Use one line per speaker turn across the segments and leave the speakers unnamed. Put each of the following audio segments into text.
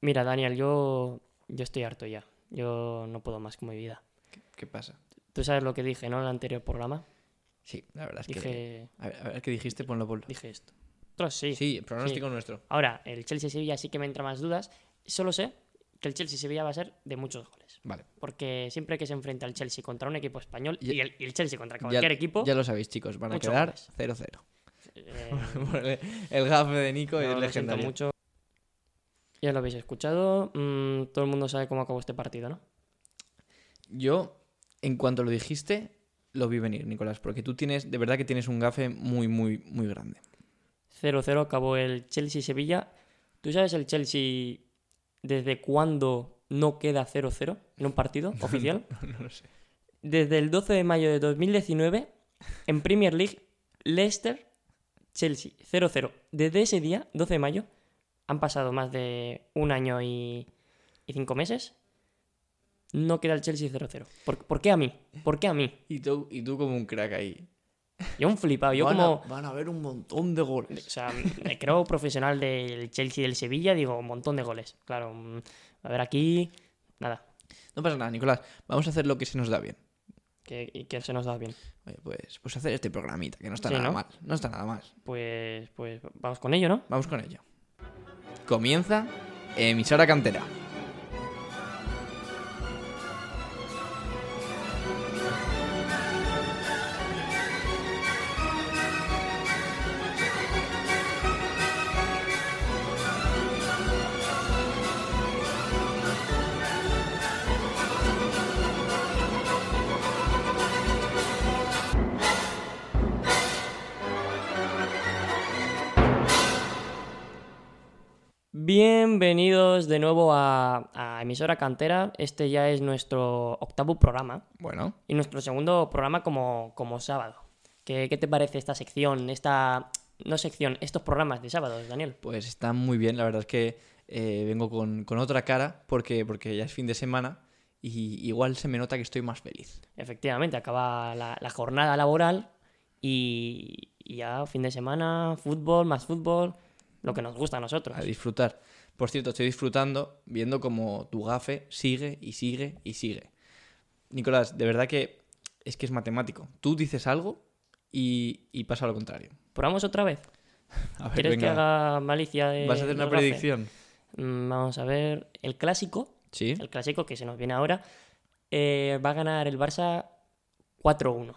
Mira, Daniel, yo, yo estoy harto ya. Yo no puedo más con mi vida.
¿Qué, qué pasa?
Tú sabes lo que dije, ¿no? En el anterior programa.
Sí, la verdad es que.
Dije,
A, ver, a ver, ¿qué dijiste? Ponlo, ponlo.
dije esto. Otros sí.
Sí, pronóstico nuestro.
Ahora, el Chelsea-Sevilla sí que me entra más dudas. Solo sé que el Chelsea-Sevilla va a ser de muchos goles.
Vale.
Porque siempre que se enfrenta el Chelsea contra un equipo español
Ya-
y el, y el Chelsea contra
Ya,
cualquier equipo,
ya lo sabéis, chicos. Van a
Mucho
quedar
goles.
0-0.
eh,
Ponle- el gafe de Nico
no,
es
lo siento
legendario.
mucho. Ya lo habéis escuchado. Mm, todo el mundo sabe cómo acabó este partido, ¿no?
Yo, en cuanto lo dijiste, lo vi venir, Nicolás, porque tú tienes, de verdad que tienes un gafe muy, muy, muy grande.
0-0 acabó el Chelsea-Sevilla. ¿Tú sabes el Chelsea desde cuándo no queda 0-0 en un partido oficial?
no lo sé.
Desde el 12 de mayo de 2019, en Premier League, Leicester, Chelsea, 0-0. Desde ese día, 12 de mayo, han pasado más de un año y, y cinco meses. No queda el Chelsea 0-0. ¿Por, por qué a mí? ¿Por qué a mí?
Y tú, y tú como un crack ahí.
Yo un flipado, Ah, yo
van,
como...
a, van a haber un montón de
O
goles.
sea, me creo profesional del Chelsea y del Sevilla, digo, un montón de goles. Claro, mm, a ver aquí... Nada,
No pasa nada, Nicolás. Vamos a hacer lo que se nos da bien.
que, y que se nos da bien.
Oye, pues, pues hacer este programita, que no está
Sí,
nada
¿no?
mal. No está nada mal.
Pues, pues vamos con ello, ¿no?
Vamos con ello. Comienza emisora cantera.
Bienvenidos de nuevo a, a Emisora Cantera. Este ya es nuestro octavo programa
Bueno,
y nuestro segundo programa como, como sábado. ¿Qué, qué te parece esta sección, esta... no sección, estos programas de sábados, Daniel?
pues está muy bien. La verdad es que eh, vengo con, con otra cara porque, porque ya es fin de semana y igual se me nota que estoy más feliz.
Efectivamente, acaba la, la jornada laboral y, y ya fin de semana, fútbol, más fútbol, lo que nos gusta a nosotros.
A disfrutar. Por cierto, estoy disfrutando viendo como tu gafe sigue y sigue y sigue. Nicolás, de verdad que es que es matemático. Tú dices algo y, y pasa lo contrario.
¿Probamos otra vez?
A ver,
¿Quieres que
Pues venga.
haga malicia de...
¿Vas a hacer una
del eh, gafe?
predicción?
Mm, Vamos a ver, el clásico
Sí.
el clásico que se nos viene ahora, eh, va a ganar el Barça 4-1.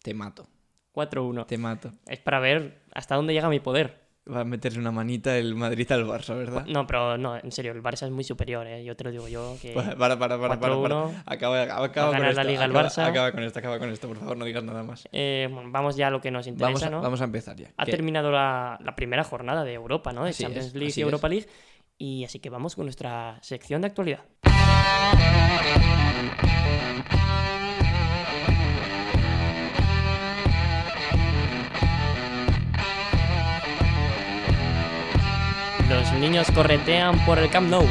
Te mato.
4-1.
Te mato.
Es para ver hasta dónde llega mi poder.
Va a meterle una manita el Madrid al Barça, ¿verdad?
No, pero no, en serio, el Barça es muy superior, eh, yo te lo digo yo. Que...
Pues, Para, para, para, para. para, para.
4-1.
Acaba, acaba, acaba con
ganar
esto.
la Liga el
acaba,
Barça.
acaba con esto, acaba con esto, por favor, no digas nada más.
Eh, bueno, vamos ya a lo que nos interesa,
Vamos a,
¿no?
vamos a empezar ya.
Ha
Que-
terminado la, la primera jornada de Europa, ¿no? De
Así
Champions
es,
League
así
y
es.
Europa League. Y así que vamos con nuestra sección de actualidad. Los niños corretean por el Camp Nou.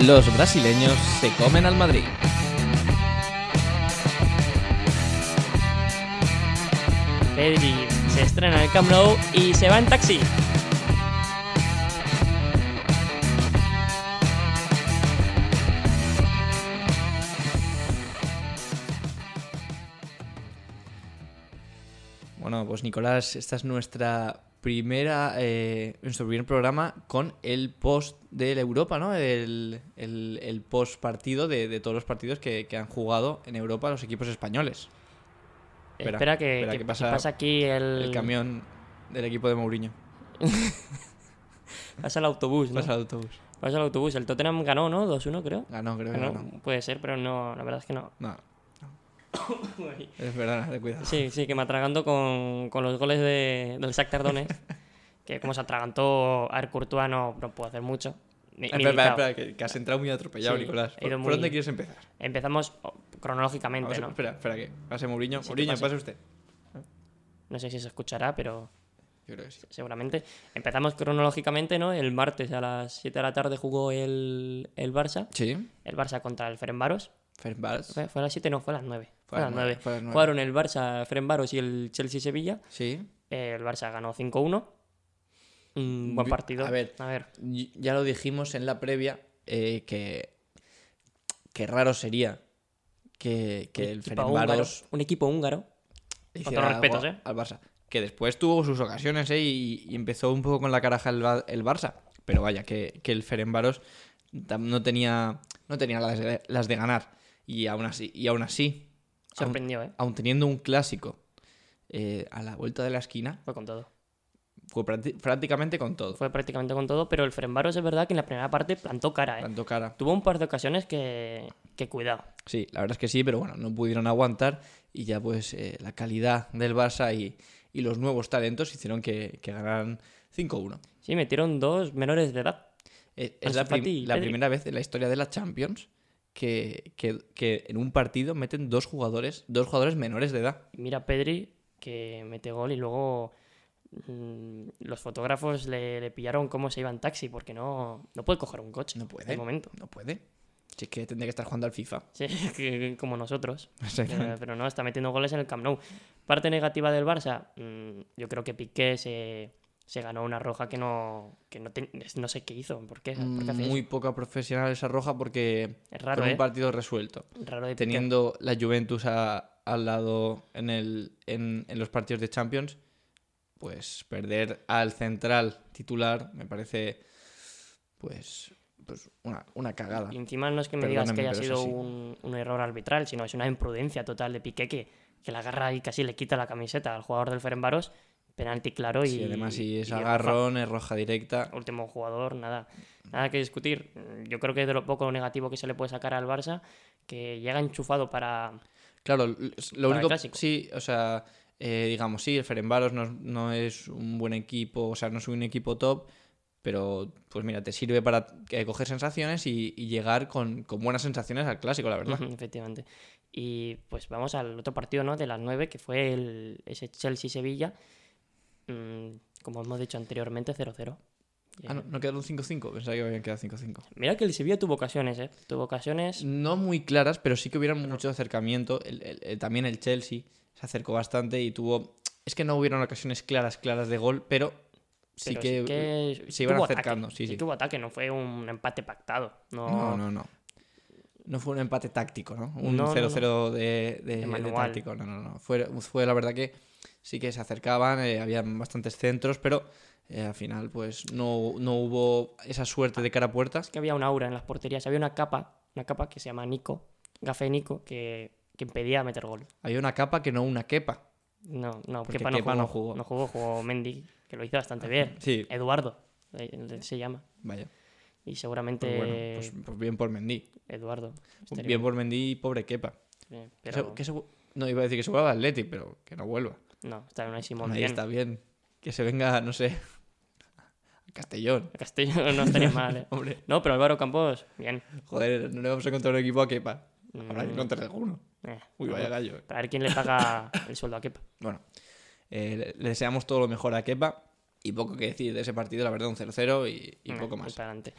Los brasileños se comen al Madrid.
Pedri se estrena en el Camp Nou y se va en taxi.
Bueno, pues Nicolás, esta es nuestra primera, eh, nuestro primer programa con el post de la Europa, ¿no? El, el- el post partido de, de todos los partidos que, que han jugado en Europa los equipos españoles. Espera,
Espera, que,
espera,
que-
que
que
pasa
pasa, aquí el,
El camión del equipo de Mourinho.
Pasa el autobús, ¿no?
Pasa el autobús.
Pasa el autobús. El Tottenham ganó, ¿no? 2-1, creo.
Ganó, Ah, creo que
Ganó.
ganó.
Puede ser, pero no, la verdad es que no.
No, es verdad, de cuidado.
Sí, sí, que me atragando con, con los goles de, del Shakhtar Donetsk. que como se atragantó a Courtois no, no puedo hacer mucho. Ni-
Eh, Espera,
ni
espera,
Militao.
espera, que, que has entrado muy atropellado,
Sí,
Nicolás.
he
¿Por,
ido
por
muy-
dónde quieres empezar?
Empezamos oh, cronológicamente,
Vamos a-
¿no?
Espera, espera, que pase Mourinho.
Sí, que
Mourinho,
pase.
pase usted.
No sé si se escuchará, pero
Yo creo que sí.
seguramente. Empezamos cronológicamente, ¿no? El martes a las 7 de la tarde jugó el, el Barça.
Sí,
El Barça contra el Ferenbaros.
Ferenbaros.
¿Fue, fue a las 7? No, fue a las 9. Fue a las nueve.
Fue a las nueve.
Jugaron el Barça, Frenbaros y el Chelsea-Sevilla.
Sí.
Eh, el Barça ganó 5-1. Un buen
Mm, Vi-
partido.
a ver.
A ver.
Y- Ya lo dijimos en la previa eh, que, que raro sería que,
un
que el
equipo húngaro,
Ferenbaros
un equipo húngaro.
le
Con
hiciera
todos los
algo
respetos, ¿eh?
"Ah, al Barça. Que después tuvo sus ocasiones, ¿eh? Y, y empezó un poco con la caraja el, Ba- el Barça. Pero vaya, que, que el Ferenbaros no tenía, no tenía las, de, las de ganar. Y aún así, y aún, así aún,
Sorprendió, ¿eh?
aún teniendo un clásico eh, a la vuelta de la esquina,
Fue con todo.
fue prácti- prácticamente con todo.
Fue prácticamente con todo, pero el Frenbaros es verdad que en la primera parte plantó cara, ¿eh?
Tanto cara.
Tuvo un par de ocasiones que, que cuidado.
Sí, la verdad es que sí, pero bueno, no pudieron aguantar y ya pues eh, la calidad del Barça y, y los nuevos talentos hicieron que, que ganaran 5-1.
Sí, metieron dos menores de edad.
Eh, Es la,
Ansu Fati
prim-
y
la
Pedri.
primera vez en la historia de la Champions que, que- que en un partido meten dos jugadores, dos jugadores menores de edad.
Y Mira a Pedri, que mete gol y luego mm, los fotógrafos le, le pillaron cómo se iba en taxi, porque no, no puede coger un coche.
No puede.
De momento.
No puede. Si es que tendría que estar jugando al FIFA.
Sí, que- como nosotros.
Exactamente.
Eh, pero no, está metiendo goles en el Camp Nou. Parte negativa del Barça, mm, yo creo que Piqué se, se ganó una roja que no que no, ten- no sé qué hizo, por qué, por qué hace
Mm, Muy poca profesional esa roja porque
eso? es
fue
raro,
un
¿eh?
partido resuelto.
raro de Piqué.
teniendo la Juventus a- al lado en, el, en, en los partidos de Champions, pues perder al central titular me parece pues, pues una, una cagada.
Y encima no es que me digas que
Perdóname,
haya
pero
sido
eso sí.
un, un error arbitral, sino es una imprudencia total de Piqué que, que la agarra y casi le quita la camiseta al jugador del Ferenbaros. Penalti claro y.
Sí, además si es
y roja.
agarrón, es roja directa.
último jugador, nada, nada que discutir. Yo creo que es de lo poco negativo que se le puede sacar al Barça, que llega enchufado para.
Claro, l- s- lo
Para el
único.
clásico.
Sí, o sea, eh, digamos, sí, el Ferenbaros no, es- no es un buen equipo, o sea, no es un equipo top, pero pues mira, te sirve para eh, coger sensaciones y, y llegar con, con buenas sensaciones al clásico, la verdad.
Efectivamente. Y pues vamos al otro partido, ¿no? De las nueve, que fue el, ese Chelsea-Sevilla. Mm, como hemos dicho anteriormente, 0-0.
Ah, no, no quedaron 5-5, pensaba que habían quedado 5-5.
Mira que el Sevilla tuvo ocasiones, ¿eh? Tuvo ocasiones.
No muy claras, pero sí que hubieron mucho acercamiento. El- el- el- también el Chelsea se acercó bastante y tuvo. Es que no hubieron ocasiones claras, claras de gol, pero sí
pero
que. se iban
tuvo ataque,
acercando, sí, sí.
Tuvo ataque, no fue un empate pactado. No,
No, no, no. No fue un empate táctico, ¿no? Un
No, no, no.
0-0 de, de- de
manual.
táctico. No, no, no. Fue, fue la verdad que sí que se acercaban, eh, habían bastantes centros, pero eh, al final, pues no, no hubo esa suerte de cara a puertas.
Es que había un aura en las porterías, había una capa, una capa que se llama Nico, Gafé Nico, que, que impedía meter gol.
Había una capa que no una quepa.
No, no,
Porque
Kepa no,
Kepa
jugó,
no
no
jugó.
jugó. jugó, Mendy, que lo hizo bastante bien.
Sí,
Eduardo eh, se llama.
vaya.
Y seguramente
Pues bueno, pues, pues bien por Mendy.
Eduardo. Eh. estaría
Bien por Mendy y pobre Kepa.
bien,
Que
pero
se- que se- no, iba a decir que se vuelva al Athletic, pero que no vuelva.
no, está una Simón
Ahí
bien.
está bien. Que se venga, no sé, a Castellón.
Castillo no estaría mal. eh.
Hombre,
No, pero Álvaro Campos, bien.
joder, no le vamos a encontrar un equipo a Kepa. Habrá que
Mm,
encontrar alguno.
eh,
Uy, vaya gallo. eh.
Para ver quién le paga el sueldo a Kepa.
Bueno, eh, le- le deseamos todo lo mejor a Kepa. Y poco que decir de ese partido, la verdad, un 0-0 y, y
Nah,
poco
voy
más.
Mm, para adelante.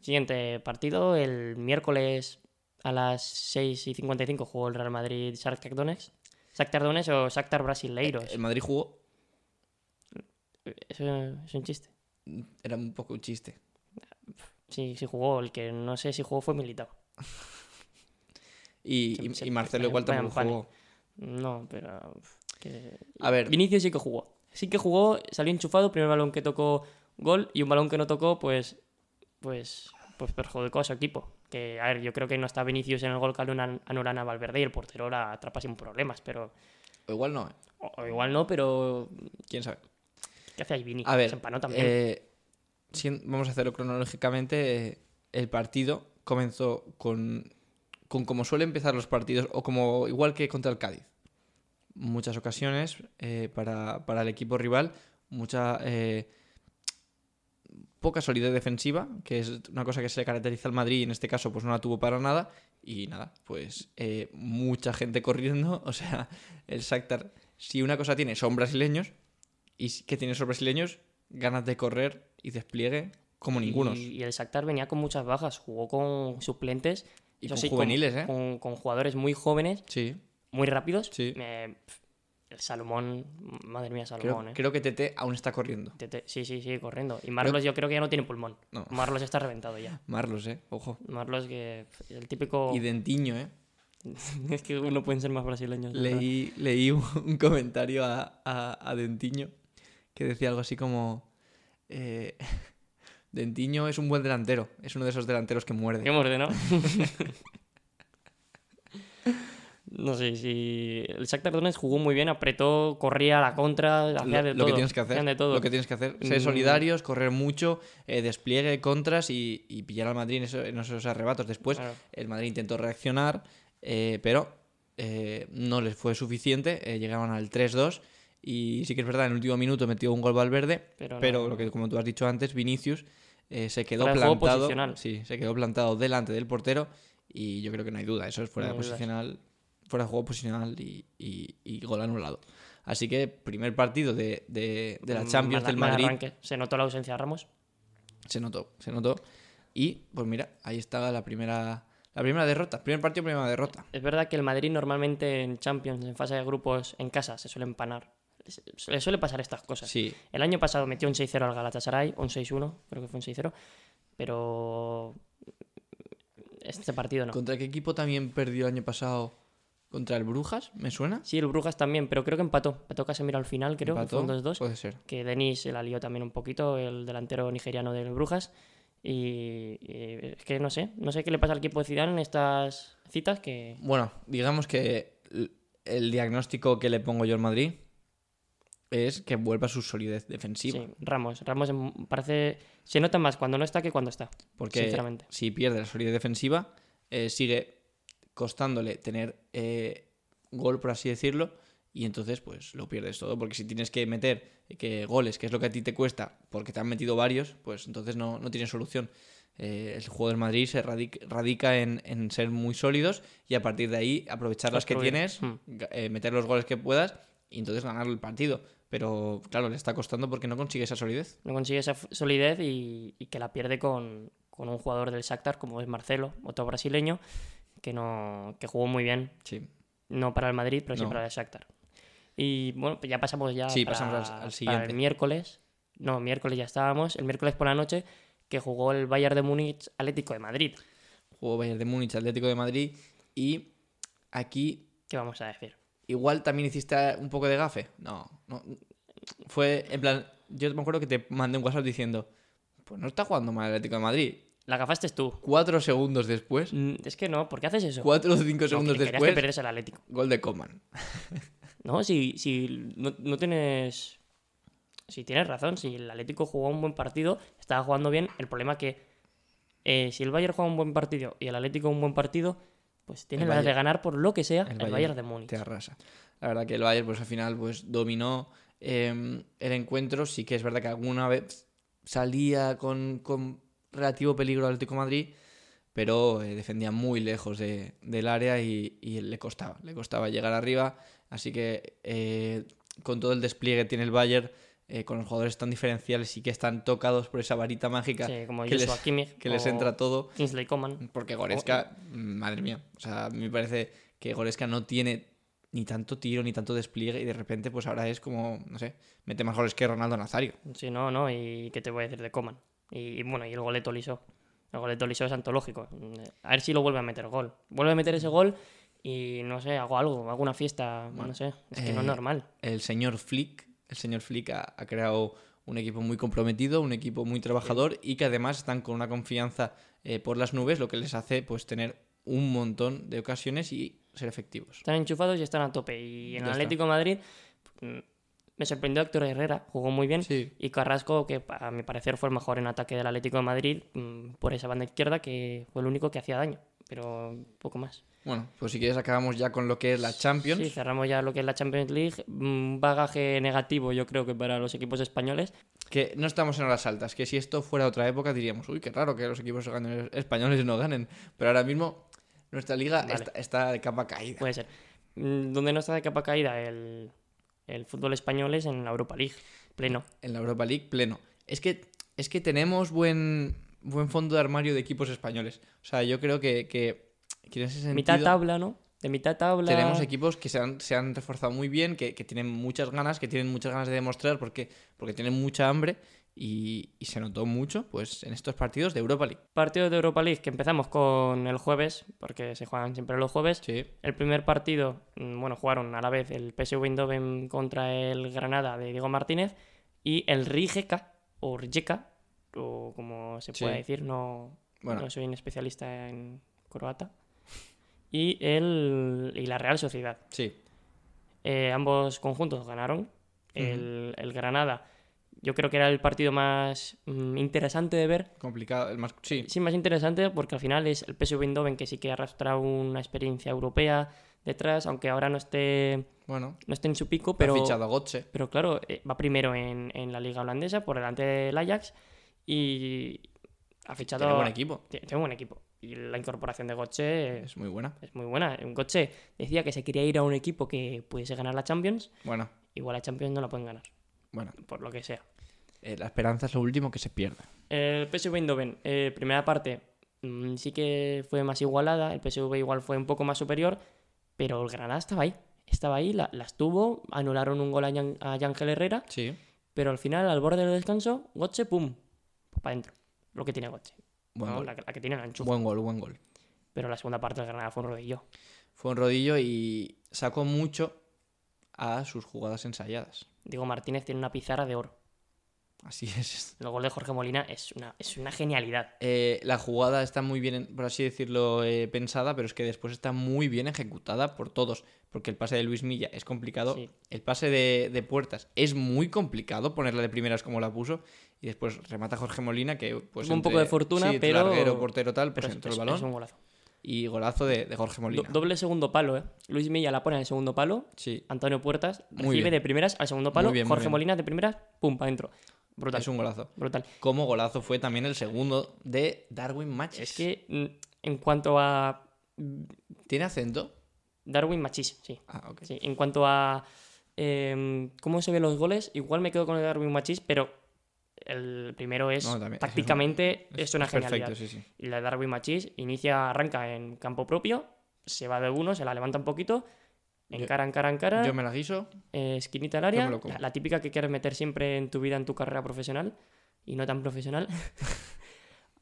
Siguiente partido, el miércoles a las 6 y 55 jugó el Real Madrid Shakhtar Donetsk. Shakhtar Donetsk o Shakhtar Brasileiros.
El Madrid jugó,
Eso es un chiste.
era un poco un chiste.
Sí, sí jugó. El que no sé si jugó fue Militao.
Y,
Se-
y-
se-
y Marcelo
vaya-
igual
vaya
tampoco
empate.
jugó.
No, pero... uf, que-
A ver.
Vinicius sí que jugó. Sí que jugó, salió enchufado. Primer balón que tocó, gol. Y un balón que no tocó, pues... Pues... Pues perjudicó a su equipo. Que, a ver, yo creo que no está Vinicius en el gol que anulan anulan a Valverde y el portero la atrapa sin problemas, pero...
O igual no, eh.
O, o igual no, pero
quién sabe.
¿qué hace ahí Vini?
A ver,
se empanó también.
eh, sien- vamos a hacerlo cronológicamente. eh, El partido comenzó con, con como suele empezar los partidos, o como igual que contra el Cádiz. Muchas ocasiones eh, para, para el equipo rival, mucha eh, poca solidez defensiva, que es una cosa que se le caracteriza al Madrid y en este caso pues no la tuvo para nada. Y nada, pues eh, mucha gente corriendo, o sea, el Shakhtar, si una cosa tiene, son brasileños, y si- que tiene esos brasileños ganas de correr y despliegue como ningunos.
Y,
Y,
y el Shakhtar venía con muchas bajas, jugó con suplentes, eso
con
sí,
juveniles, ¿eh?
con, con jugadores muy jóvenes
Sí.
muy rápidos.
Sí.
Eh, pf, el Salomón, madre mía,
Creo,
Salomón, ¿eh?
creo que Tete aún está corriendo.
Te- te- Sí, sí, sí, corriendo. Y Marlos yo creo que ya no tiene pulmón.
No.
Marlos está reventado ya.
Marlos, eh. Ojo.
Marlos que pf, el típico...
Y Dentiño, eh.
es que no pueden ser más brasileños. la verdad.
Leí, leí un- un comentario a, a- a Dentiño que decía algo así como... eh, Dentiño es un buen delantero. Es uno de esos delanteros que
Qué
muerde.
morde, ¿no? no sé si... El Shakhtar Donetsk jugó muy bien, apretó, corría a la contra, hacía
Lo,
de
lo que
todo,
tienes que hacer.
hacían de todo.
Lo que tienes que hacer. Ser
Mm.
solidarios, correr mucho, eh, despliegue, contras y, y pillar al Madrid en, eso- en esos arrebatos. Después
Claro.
El Madrid intentó reaccionar, eh, pero eh, no les fue suficiente. eh, llegaban al 3-2 y sí que es verdad, en el último minuto metió un gol Valverde,
Pero no-
pero lo que, como tú has dicho antes, Vinicius eh, se quedó
Fuera de juego
plantado.
posicional.
Sí, se quedó plantado delante del portero y yo creo que no hay duda. Eso es fuera
No
de
hay dudas.
posicional, fuera de juego posicional y, y- y gol anulado. Así que primer partido de, de- de la
Mal-
Champions del
mal
Madrid
arranque. Se notó la ausencia de Ramos.
se notó, se notó. Y pues mira, ahí estaba la primera, la primera derrota. Primer partido, primera derrota.
Es verdad que el Madrid normalmente en Champions, en fase de grupos, en casa, se suele empanar. Se- Le suele pasar estas cosas.
Sí,
El año pasado metió un 6-0 al Galatasaray, un 6-1, creo que fue un 6-0, pero este partido no.
¿Contra qué equipo también perdió el año pasado? ¿Contra el Brujas? ¿Me suena?
Sí, el Brujas también, pero creo que empató. Empató Casemiro al final, creo, que fue
¿Empató? Pues-
un 2-2.
Puede ser.
que Denis se la lió también un poquito, el delantero nigeriano del Brujas. Y, y es que no sé, no sé qué le pasa al equipo de Zidane en estas citas que
Bueno, digamos que l- el diagnóstico que le pongo yo al Madrid es que vuelva a su solidez
sí,
defensiva.
Ramos, Ramos em- parece se nota más cuando no está que cuando está.
porque
sinceramente.
si pierde la solidez defensiva, eh, sigue costándole tener eh, gol, por así decirlo, y entonces pues lo pierdes todo, porque si tienes que meter eh, que goles, que es lo que a ti te cuesta, porque te han metido varios, pues entonces no, no tienes solución. Eh, el juego del Madrid se radic- radica en, en ser muy sólidos y a partir de ahí aprovechar las que
Construir.
tienes,
Hmm.
ga- eh, meter los goles que puedas y entonces ganar el partido. Pero claro, le está costando porque no consigue esa solidez.
No consigue esa f- solidez y, y que la pierde con, con un jugador del Shakhtar como es Marcelo, otro brasileño que no que jugó muy bien,
Sí.
no para el Madrid, pero sí
No.
para el Shakhtar. Y bueno, pues ya pasamos ya
Sí,
para-
pasamos al- al
para
siguiente.
el miércoles. No, miércoles ya estábamos, el miércoles por la noche que jugó el Bayern de Múnich Atlético de Madrid.
jugó Bayern de Múnich, Atlético de Madrid. Y aquí,
¿Qué vamos a decir?
igual también hiciste un poco de gafe. No, no. Fue en plan, yo me acuerdo que te mandé un WhatsApp diciendo: Pues no está jugando mal el Atlético de Madrid.
La gafaste tú.
Cuatro segundos después,
Mm, Es que no, ¿por qué haces eso?
cuatro o cinco
No,
segundos
que- querías
después,
que perdés el Atlético.
gol de Coman.
No, si, si no, no tienes. Si tienes razón, si el Atlético jugó un buen partido, estaba jugando bien. El problema que eh, si el Bayern juega un buen partido y el Atlético un buen partido, pues tiene
El
las de
Bayern.
ganar por lo que sea el,
Bayern
Bayern de Múnich.
Te arrasa. La verdad que el Bayern, pues al final, pues dominó eh, el encuentro. Sí que es verdad que alguna vez salía con, con relativo peligro al Atlético de Madrid, pero eh, defendía muy lejos de- del área y, y le costaba. Le costaba llegar arriba. Así que eh, con todo el despliegue que tiene el Bayern, eh, con los jugadores tan diferenciales y que están tocados por esa varita mágica
Sí, como
que,
Joshua
les,
Kimmich
que les
o
entra todo.
Kingsley Coman.
Porque Goretzka, madre mía, o sea, a mí me parece que Goretzka no tiene ni tanto tiro ni tanto despliegue y de repente pues ahora es como, no sé, mete más goles que Ronaldo Nazario.
Sí, no, no. ¿Y qué te voy a decir de Coman? Y, y bueno, y el goleto liso. El goleto liso es antológico. Mm, A ver si lo vuelve a meter gol. Vuelve a meter ese gol y no sé, hago algo, hago una fiesta,
Bueno,
no sé. Es que no
eh,
es normal.
El señor Flick, el señor Flick ha, ha creado un equipo muy comprometido, un equipo muy trabajador y que además están con una confianza eh, por las nubes, lo que les hace pues tener un montón de ocasiones y ser efectivos.
Están enchufados y están a tope. Y en
Ya
el
está.
Atlético de Madrid mm, me sorprendió Héctor Herrera, jugó muy bien.
Sí,
Y Carrasco, que a mi parecer fue el mejor en ataque del Atlético de Madrid mm, por esa banda izquierda, que fue el único que hacía daño, pero poco más.
bueno, pues si quieres acabamos ya con lo que es la Champions.
Sí, cerramos ya lo que es la Champions League. Un bagaje negativo, yo creo que para los equipos españoles.
Que no estamos en horas altas, que si esto fuera otra época diríamos, uy, qué raro que los equipos ganen- españoles no ganen. Pero ahora mismo nuestra liga
Vale.
está, está de capa caída.
Puede ser. Mm, Donde no está de capa caída el, el fútbol español es en la Europa League, pleno.
En la Europa League pleno. Es que, es que tenemos buen, buen fondo de armario de equipos españoles. O sea, yo creo que, que, que en ese sentido...
Mitad tabla, ¿no? de mitad tabla.
Tenemos equipos que se han, se han reforzado muy bien, que, que tienen muchas ganas, que tienen muchas ganas de demostrar porque, porque tienen mucha hambre y, y se notó mucho pues, en estos partidos de Europa League.
Partidos de Europa League que empezamos con el jueves, porque se juegan siempre los jueves.
Sí,
El primer partido, mm, bueno, jugaron a la vez el PSV Eindhoven contra el Granada de Diego Martínez y el Rijeka, o Rijeka, o como se
Sí.
puede decir, no,
bueno,
no soy un especialista en croata. Y, el, y la Real Sociedad.
sí.
Eh, ambos conjuntos ganaron. El, el Granada, yo creo que era el partido más mm, interesante de ver.
Complicado, el más... Sí,
Sí, más interesante porque al final es el PSV Eindhoven que sí que arrastra una experiencia europea detrás, aunque ahora no esté,
bueno.
no esté en su pico,
Pero...
pero,
fichado a Götze.
pero claro, eh, va primero en, en la liga holandesa por delante del Ajax y ha fichado...
Tiene buen equipo.
Tiene- tiene buen equipo. Y la incorporación de Goche es,
Es muy buena.
es muy buena. Goche decía que se quería ir a un equipo que pudiese ganar la Champions,
Bueno,
igual la Champions no la pueden ganar,
bueno.
por lo que sea.
eh, la esperanza es lo último que se pierde.
El PSV Eindhoven, eh, primera parte, mm, sí que fue más igualada. El PSV igual fue un poco más superior, pero el Granada estaba ahí. Estaba ahí, la- las tuvo, anularon un gol a, Yan- a Yángel Herrera,
Sí.
pero al final, al borde del descanso, Goche, pum, para adentro. Lo que tiene Goche,
Buen,
¿no?
gol.
la, que- la que tiene la enchufa.
buen gol, buen gol.
Pero la segunda parte del Granada fue un rodillo.
Fue un rodillo y sacó mucho a sus jugadas ensayadas.
Diego Martínez tiene una pizarra de oro.
Así es.
El gol de Jorge Molina es una, es una genialidad.
Eh, la jugada está muy bien, por así decirlo, eh, pensada, pero es que después está muy bien ejecutada por todos. Porque el pase de Luis Milla es complicado.
Sí.
El pase de, de puertas es muy complicado ponerla de primeras como la puso. Y después remata Jorge Molina, que pues.
Tuvo un poco de fortuna,
sí, entre
pero-
Larguero, portero, tal, pues
Pero es-
entró
es-
el balón.
es un golazo.
Y golazo de, de Jorge
Do-
Molina.
doble segundo palo, ¿eh? Luis Milla la pone en el segundo palo
Sí,
Antonio Puertas
Muy
recibe
bien.
de primeras al segundo palo,
Muy bien, muy
Jorge
bien.
Molina de primeras, pum, para adentro. Brutal,
es un golazo.
brutal.
Como golazo fue también el segundo de Darwin Machis.
Es que mm, en cuanto a mm,
¿Tiene acento?
Darwin Machis, sí.
Ah, ok.
sí. En cuanto a em, cómo se ven los goles, igual me quedo con el Darwin Machis, pero el primero es
No, también, es
tácticamente es, una
es
genialidad.
Perfecto, sí, sí.
Y la de Darwin Machis inicia, arranca en campo propio, se va de uno, se la levanta un poquito,
Yo-
encara, encara, encara.
Yo me la guiso.
eh, esquinita al área,
me lo como.
la, la típica que quieres meter siempre en tu vida, en tu carrera profesional y no tan profesional.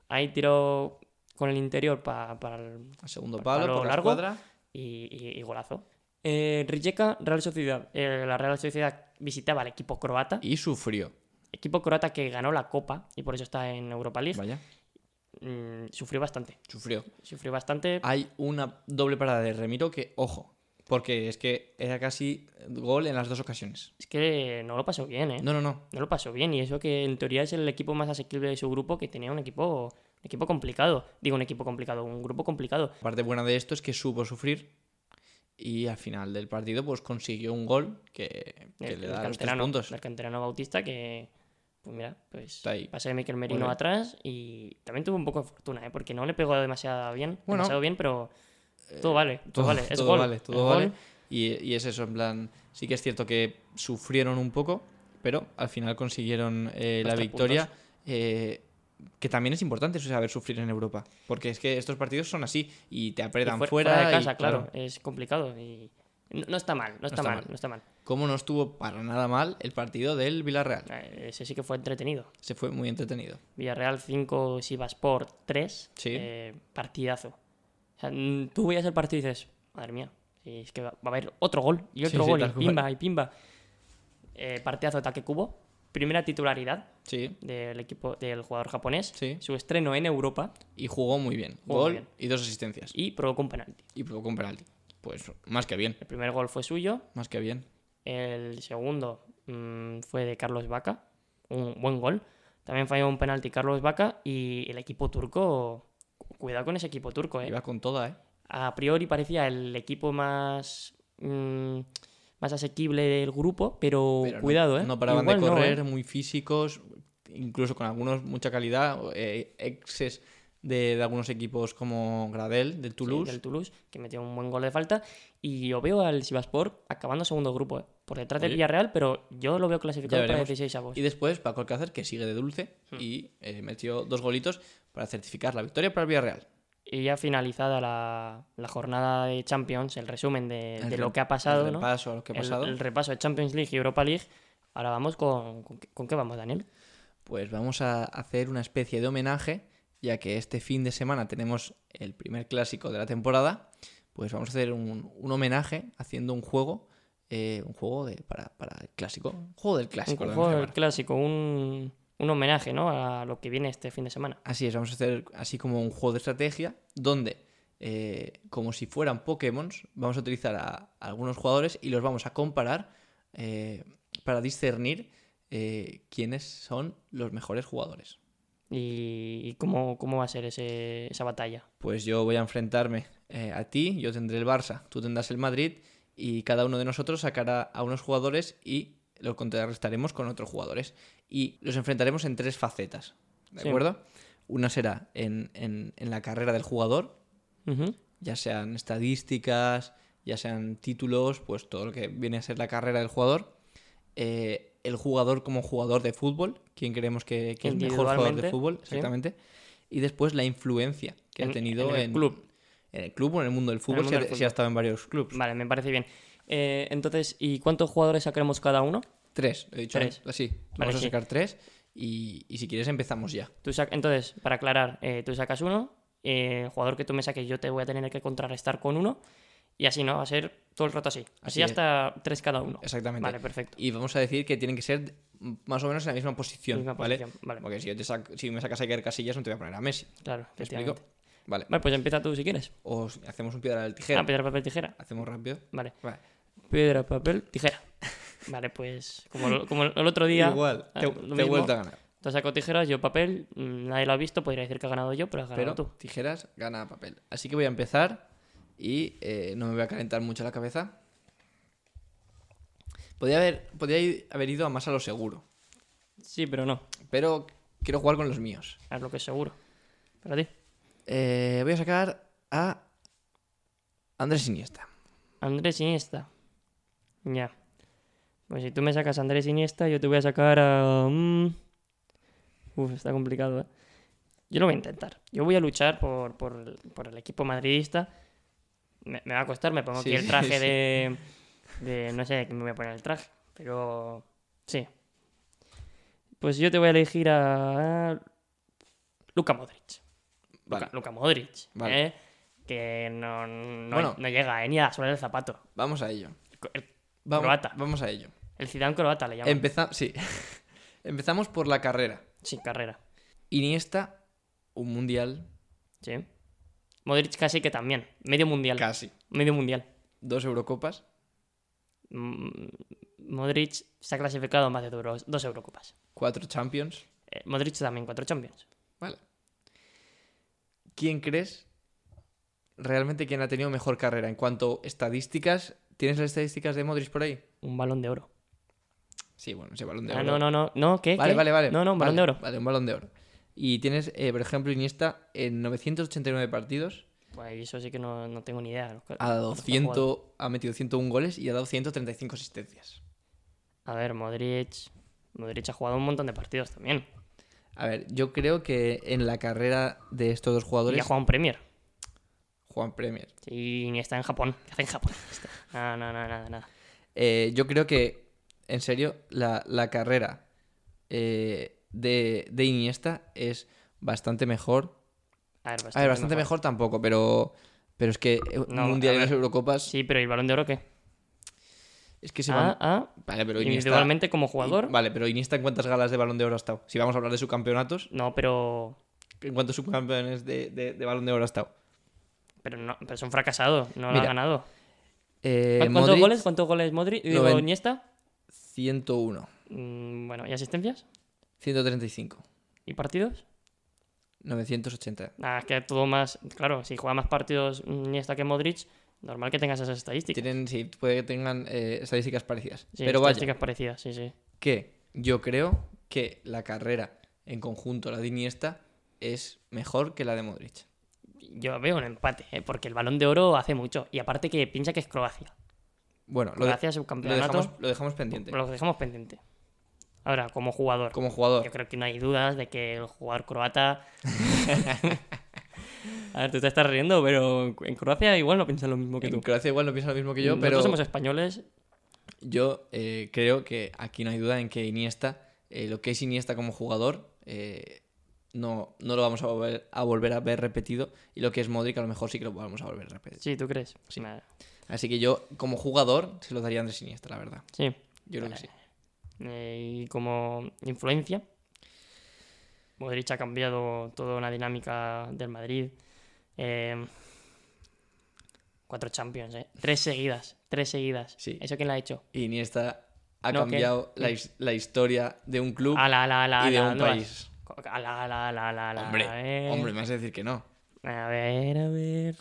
Ahí tiro con el interior pa- para el-
A segundo
Pa-
palo,
palo
por la
largo.
escuadra.
y, y- y golazo. Eh, Rijeka, Real Sociedad. Eh, la Real Sociedad visitaba al equipo croata,
Y sufrió.
equipo croata que ganó la Copa y por eso está en Europa League.
Vaya,
Mm, sufrió bastante,
sufrió.
sufrió bastante.
Hay una doble parada de Remiro que, ojo, porque es que era casi gol en las dos ocasiones.
Es que no lo pasó bien, ¿eh?
No, no, no.
no lo pasó bien. Y eso que en teoría es el equipo más asequible de su grupo, que tenía un equipo, un equipo complicado. Digo un equipo complicado, un grupo complicado.
La parte buena de esto es que supo sufrir y al final del partido pues consiguió un gol que, que
El,
le
el
da los tres
canterano,
puntos.
el canterano Bautista que, pues mira, pues
Está ahí.
pasa de Mikel Merino
Bueno.
atrás y también tuvo un poco de fortuna, ¿eh? porque no le pegó demasiado bien,
Bueno. Eh,
demasiado bien, pero todo vale, todo,
Todo-
vale, es
todo
gol,
vale,
es
todo
gol.
vale. Y, y es eso, en plan, sí que es cierto que sufrieron un poco, pero al final consiguieron eh,
Los
la
tres
victoria, eh, que también es importante eso, saber sufrir en Europa, porque es que estos partidos son así y te
Y
apretan
fuera,
fuera,
fuera de
y,
casa, claro, es complicado y no, no está mal, no está,
está
mal,
mal.
no está mal.
Como no estuvo para nada mal el partido del Villarreal,
Eh, Ese sí que fue entretenido.
se fue muy entretenido.
Villarreal 5, Sivaspor 3.
Sí.
Eh, partidazo. O sea, mm, tú veías el partido y dices, madre mía, si es que va va a haber otro gol y otro
Sí, sí,
gol
tal
y
cual.
pimba y pimba. Eh, partidazo de ataque cubo. Primera titularidad
Sí,
del equipo del jugador japonés.
sí,
Su estreno en Europa
y jugó muy bien,
Jugó muy
gol
bien.
y dos asistencias
y provocó un penalti.
y provocó un penalti. Pues más que bien,
El primer gol fue suyo,
más que bien.
el segundo mm, fue de Carlos Vaca, un buen gol. También falló un penalti Carlos Vaca y el equipo turco, cuidado con ese equipo turco, eh.
Iba con toda, ¿eh?
a priori parecía el equipo más mm, más asequible del grupo, pero,
Pero no-
cuidado, ¿eh?
No paraban de
Igual no, ¿eh?
correr, muy físicos, incluso con algunos mucha calidad, eh, exes de, de algunos equipos como Gradel, del
Sí,
Toulouse.
del Toulouse, que metió un buen gol de falta. Y yo veo al Sivaspor acabando segundo grupo, ¿eh? por detrás del
Oye.
Villarreal, pero yo lo veo clasificado
Ya
para
veremos.
16 avos.
Y después Paco
Hmm.
Alcácer, que sigue de dulce y eh, metió dos golitos para certificar la victoria para el Villarreal.
Y ya finalizada la, la jornada de Champions, el resumen de,
El
Eh, de
re-
lo que ha pasado,
el
¿no?
repaso, lo que ha
El-
pasado.
El, repaso de Champions League y Europa League. Ahora vamos con. ¿Con, qué- con qué vamos, Daniel?
Pues vamos a hacer una especie de homenaje, ya que este fin de semana tenemos el primer clásico de la temporada. Pues vamos a hacer un, un homenaje haciendo un juego, eh, un juego de, para, para el clásico, un juego del clásico.
un
lo
juego
vamos a
del
llamar.
clásico, un, un homenaje, ¿no? A lo que viene este fin de semana.
Así es, vamos a hacer así como un juego de estrategia donde, eh, como si fueran Pokémon, vamos a utilizar a, a algunos jugadores y los vamos a comparar eh, para discernir eh, quiénes son los mejores jugadores.
¿Y, y cómo, cómo va a ser ese- esa batalla?
Pues yo voy a enfrentarme eh, a ti, yo tendré el Barça, tú tendrás el Madrid y cada uno de nosotros sacará a unos jugadores y los contrarrestaremos con otros jugadores. Y los enfrentaremos en tres facetas, ¿de
Sí.
acuerdo? Una será en, en- en la carrera del jugador,
Ujú.
ya sean estadísticas, ya sean títulos, pues todo lo que viene a ser la carrera del jugador. Eh, el jugador como jugador de fútbol, quién creemos que, que es mejor jugador de
Individualmente,
fútbol,
sí.
exactamente. Y después la influencia que
En-
ha tenido
en el club.
en el club o en el mundo del fútbol,
mundo
si, ha,
del
si ha
fútbol.
estado en varios clubes.
Vale, me parece bien. Eh, entonces, ¿y cuántos jugadores sacaremos cada uno?
Tres, he dicho
Tres.
antes. Así,
Vale,
vamos a
sí.
sacar tres y, y si quieres empezamos ya.
Tú sac- Entonces, para aclarar, eh, tú sacas uno, eh, el jugador que tú me saques yo te voy a tener que contrarrestar con uno, y así, ¿no? Va a ser todo el rato así. Así,
Así es.
hasta tres cada uno.
Exactamente.
Vale, perfecto.
Y vamos a decir que tienen que ser más o menos en la misma posición,
Misma
¿vale?
posición, vale.
Porque si, yo te saco- si me sacas a Iker Casillas no te voy a poner a Messi.
Claro,
¿Me explico?
efectivamente.
Vale.
Vale, pues empieza tú si quieres.
O si hacemos un piedra del tijera.
Ah, piedra, papel, tijera.
Hacemos rápido.
Vale.
Vale.
Piedra, papel, tijera. Vale, pues como, lo- como el otro día.
Igual,
ah,
te,
lo
te he
mismo.
vuelto a ganar.
Tú has sacado tijeras, yo papel. mm, Nadie lo ha visto, podría decir que ha ganado yo, pero has
Pero
ganado tú.
tijeras gana papel. Así que voy a empezar y eh, no me voy a calentar mucho la cabeza. Podría haber, podría ir- haber ido a más a lo seguro,
Sí, pero no.
pero quiero jugar con los míos.
Haz lo que es seguro. Para ti.
Eh, voy a sacar a Andrés Iniesta.
Andrés Iniesta. Ya. Pues si tú me sacas a Andrés Iniesta, yo te voy a sacar a. mm, Uf, está complicado, ¿eh? Yo lo voy a intentar. Yo voy a luchar por, por, el- por el equipo madridista. Me, me va a costar, me pongo
Sí,
aquí el
sí,
traje
sí.
de, de- No sé de qué me voy a poner el traje, pero. Sí. Pues yo te voy a elegir a. Luka Modric.
Vale,
Luka, Luka Modric.
Vale.
¿eh? Que no, no,
Bueno.
no llega ¿eh? ni a la suela del zapato.
vamos a ello.
Co- El,
Vamos,
Croata.
vamos a ello.
el Zidane croata le llaman.
Empeza- sí. Empezamos por la carrera.
Sin carrera.
Iniesta, un mundial,
Sí. Modric casi que también. Medio mundial.
casi.
Medio mundial.
Dos Eurocopas.
Mm, Modric se ha clasificado a más de dos, dos Eurocopas.
cuatro Champions.
Eh, Modric también cuatro Champions.
Vale. ¿Quién crees realmente quién ha tenido mejor carrera en cuanto estadísticas? ¿Tienes las estadísticas de Modric por ahí?
Un balón de oro.
Sí, bueno, ese balón de
Ah,
oro.
no, no, no. no ¿qué,
Vale,
¿Qué?
vale, vale.
No, no, un balón
Vale,
de oro.
Vale, un balón de oro. Y tienes, eh, por ejemplo, Iniesta en 989 partidos
Pues eso sí que no, no tengo ni idea. de los-
ha dado
los que ha jugado.
100, ha metido 101 goles y ha dado 135 asistencias.
A ver, Modric. Modric ha jugado un montón de partidos también.
A ver, yo creo que en la carrera de estos dos
Y
jugadores
ha jugado un Premier.
Juan Premier.
Y ni está en Japón. ¿Qué hace en Japón? Este? No, no, no, nada, nada.
Eh, yo creo que, en serio, la, la carrera eh, de, de Iniesta es bastante mejor.
A ver,
A ver, bastante mejor tampoco, pero, pero es que eh,
No,
Mundial
a
y
ver.
las Eurocopas
Sí, pero ¿y el balón de oro qué?
es que se van...
Ah, ah,
Vale, pero Iniesta...
individualmente como
I-
jugador.
Vale, pero Iniesta en cuántas galas de Balón de Oro ha estado. Si vamos a hablar de subcampeonatos,
No, pero.
¿en cuántos subcampeones de, de- de Balón de Oro ha estado?
Pero, no, pero es un fracasado, no lo
Mira,
ha ganado.
Eh,
¿Cuántos
Modric,
goles? ¿Cuántos goles Modric? Digo,
Noven-
Iniesta.
101,
Mm, bueno, ¿y asistencias?
135,
¿Y partidos?
980.
Ah, es que todo más. Claro, si juega más partidos Iniesta que Modric, normal que tengas esas estadísticas.
Tienen, sí, puede que tengan eh, estadísticas parecidas.
Sí,
pero vaya,
estadísticas parecidas, sí, sí.
que yo creo que la carrera en conjunto, la de Iniesta, es mejor que la de Modric.
Yo veo un empate, ¿eh? porque el balón de oro hace mucho. Y aparte que piensa que es Croacia.
Bueno, lo, de-
Croacia
lo dejamos,
subcampeonato.
lo dejamos pendiente.
Lo dejamos pendiente. Ahora, como jugador.
Como
Yo
jugador,
creo que no hay dudas de que el jugador croata A ver, tú te estás riendo, pero en Croacia igual no piensan lo mismo que
En
tú.
Croacia igual no piensa lo mismo que yo, pero Eh,
Nosotros somos españoles.
yo eh, creo que aquí no hay duda en que Iniesta, eh, lo que es Iniesta como jugador, eh, no, no lo vamos a volver, a volver a ver repetido. Y lo que es Modric, a lo mejor sí que lo vamos a volver a repetir.
Sí, ¿tú crees?
Sí.
Nada.
Así que yo, como jugador, se lo daría a Andrés Iniesta, la verdad.
Sí.
Yo creo que sí.
Eh, y como influencia, Modric ha cambiado toda una dinámica del Madrid. Eh, cuatro Champions, ¿eh? Tres seguidas, tres seguidas.
Sí.
¿Eso quién la ha hecho?
Iniesta ha
No, ¿qué?
cambiado la, his- la historia de un club
Ala, ala, ala,
y de
ala,
un
no vas.
país.
Ala, ala, ala, ala, eh. ala,
Hombre,
a ver.
hombre, me vas a decir que no.
A ver, a ver.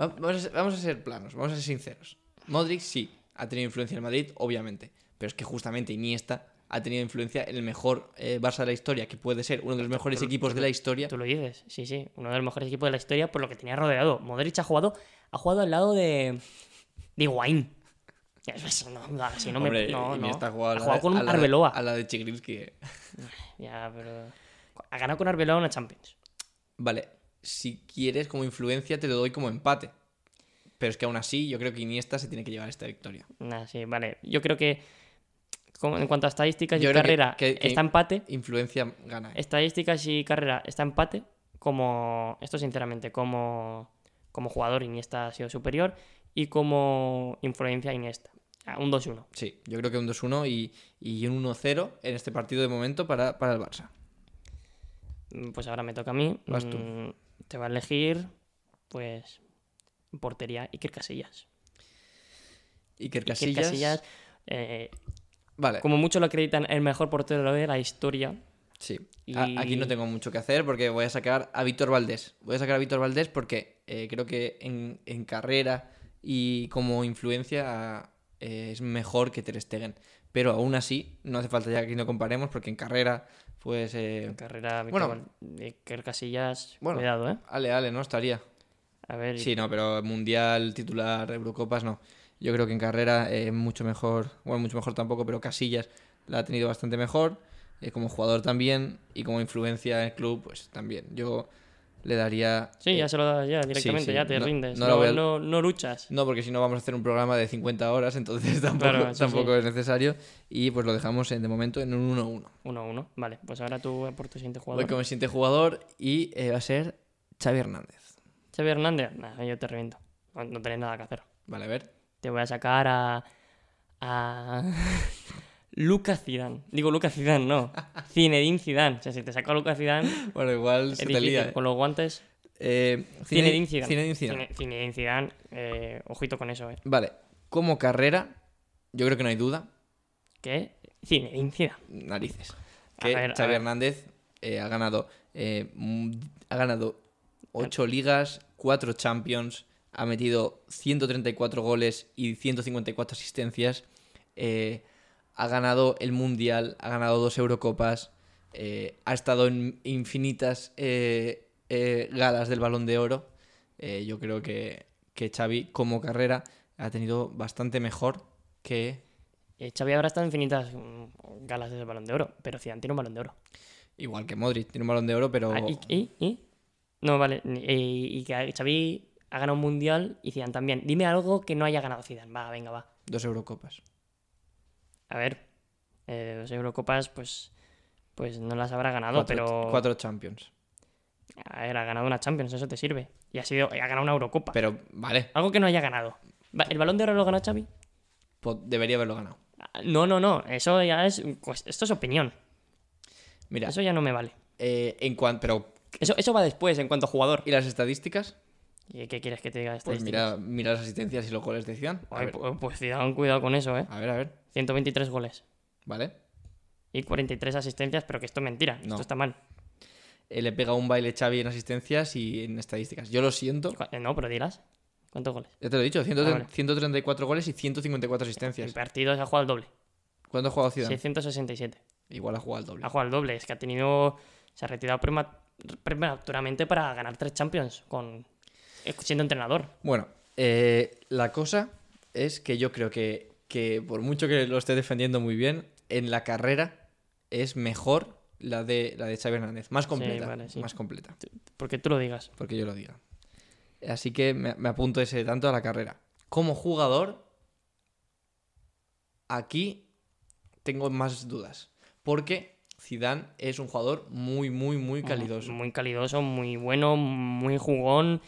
Va- Vamos a, ser, vamos a ser planos, vamos a ser sinceros. Modric sí, ha tenido influencia en Madrid, obviamente. Pero es que justamente Iniesta ha tenido influencia en el mejor eh, Barça de la historia, que puede ser uno de los mejores
tú-
equipos de la historia.
Tú lo dices, sí, sí. Uno de los mejores equipos de la historia por lo que tenía rodeado. Modric ha jugado, ha jugado al lado de. de Higuaín. Eso no, no, así no
Hombre,
me. No, no.
Iniesta ha jugado, a
ha
la
jugado
de-
con
a
un
la de-
Arbeloa.
A la de Chigrinsky. eh.
Ya, pero. Ha ganado con Arbeloa una Champions.
Vale, si quieres como influencia te lo doy como empate. Pero es que aún así yo creo que Iniesta se tiene que llevar esta victoria.
Nah, sí, vale. Yo creo que. como en cuanto a estadísticas
Yo
y
creo que-
carrera,
que- que-
está empate.
Influencia gana. eh.
Estadísticas y carrera, está empate. Como. Esto, sinceramente, como. Como jugador, Iniesta ha sido superior. Y como influencia, Iniesta. Ah, un 2-1.
Sí, yo creo que un 2-1 y, y un 1-0 en este partido de momento para, para el Barça.
Mm, Pues ahora me toca a mí.
Vas tú.
Mm, Te va a elegir, pues, en portería Iker Casillas.
Iker
Iker
Casillas.
Casillas, eh,
Vale,
como mucho lo acreditan, el mejor portero de la historia.
sí. A-
y-
Aquí no tengo mucho que hacer porque voy a sacar a Víctor Valdés. Voy a sacar a Víctor Valdés porque eh, creo que en, en carrera y como influencia eh, es mejor que Ter Stegen. Pero aún así, no hace falta ya que no comparemos porque en carrera, pues... eh,
En carrera,
bueno.
Víctor Val- Iker Casillas,
Bueno.
cuidado, ¿eh?
Ale, ale, no estaría.
A ver,
Sí, no, pero Mundial, titular, Eurocopas, no. Yo creo que en carrera eh, mucho mejor, bueno, mucho mejor tampoco, pero Casillas la ha tenido bastante mejor, eh, como jugador también, y como influencia en el club, pues también. Yo le daría...
sí,
eh,
ya se lo das ya directamente,
sí,
ya te
no-
rindes.
no
No,
la voy a-
no- no luchas.
No, porque si no vamos a hacer un programa de 50 horas, entonces tampoco,
Claro, eso
tampoco
sí.
es necesario, y pues lo dejamos en, de momento en un 1-1.
1-1. Vale, pues ahora tú por tu siguiente
Voy
jugador.
con el siguiente jugador y eh, va a ser Xavi Hernández.
Xavi Hernández, nah, yo te reviento. No, no tenés nada que hacer.
Vale, a ver.
Te voy a sacar a. a. Lucas Zidane. Digo Lucas Zidane, no. Zinedine Zidane. O sea, si te saco a Lucas Zidane,
Bueno, igual
es
se te
difícil.
lía.
Con los guantes.
Eh,
Zinedine
Zinedine-
Zidane.
Zinedine Zidane.
Zine- Zinedine Zidane, eh, ojito con eso, ¿eh?
Vale, como carrera, yo creo que no hay duda.
¿Qué? Zinedine Zidane.
Narices.
A
Que
ver, a
Xavi
ver.
Hernández eh, ha ganado. eh, mm, ha ganado 8 ligas, 4 champions, ha metido 134 goles y 154 asistencias. eh, ha ganado el Mundial, ha ganado dos Eurocopas, eh, ha estado en infinitas eh, eh, galas del Balón de Oro. Eh, yo creo que, que Xavi, como carrera, ha tenido bastante mejor que
Eh, Xavi habrá estado en infinitas mm, galas de balón de oro, pero Zidane tiene un balón de oro.
Igual que Modric, tiene un balón de oro, pero.
Ah, ¿y, y- y? No, vale. ni- eh, Y, que Xavi ha ganado un mundial y Zidane también. Dime algo que no haya ganado Zidane. Va, venga, va.
Dos Eurocopas.
A ver, eh, las Eurocopas, pues, pues no las habrá ganado,
cuatro,
pero
cuatro Champions.
a ver, ha ganado una Champions, eso te sirve. Y ha sido, ha ganado una Eurocopa.
Pero, vale,
Algo que no haya ganado. Va, ¿El balón de oro lo ganó Xavi?
po- pues debería haberlo ganado.
Ah, No, no, no. Eso ya es. pues, esto es opinión.
Mira,
Eso ya no me vale.
eh, en cuanto. Pero,
Eso, eso va después en cuanto a jugador.
¿y las estadísticas?
¿Y ¿Qué quieres que te diga de
Pues
estadísticas?
mira, mira las asistencias y los goles de Zidane. A
Ay,
ver,
pu- pues Zidane, cuidado con eso, ¿eh?
a ver, a ver.
123 goles
Vale.
y 43 asistencias, pero que esto es mentira.
No.
Esto está mal.
Eh, le pega un baile Xavi en asistencias y en estadísticas. Yo lo siento.
Cu- eh, No, pero dirás. ¿Cuántos goles?
Ya te lo he dicho, 100
Ah, vale.
134 goles y 154
El
asistencias.
partido se ha jugado al doble.
¿Cuánto ha jugado Zidane?
667.
Igual ha jugado al doble.
ha jugado al doble. Es que ha tenido. Se ha retirado prema- prematuramente para ganar tres Champions con eh, siendo entrenador.
Bueno, eh, la cosa es que yo creo que, que por mucho que lo esté defendiendo muy bien, en la carrera es mejor la de, la de Xavi Hernández. Más completa.
vale, sí.
Más completa.
Porque tú lo digas.
porque yo lo diga. Así que me, me apunto ese tanto a la carrera. Como jugador, aquí tengo más dudas. Porque Zidane es un jugador muy, muy, muy calidoso.
Muy calidoso, muy bueno, muy jugón.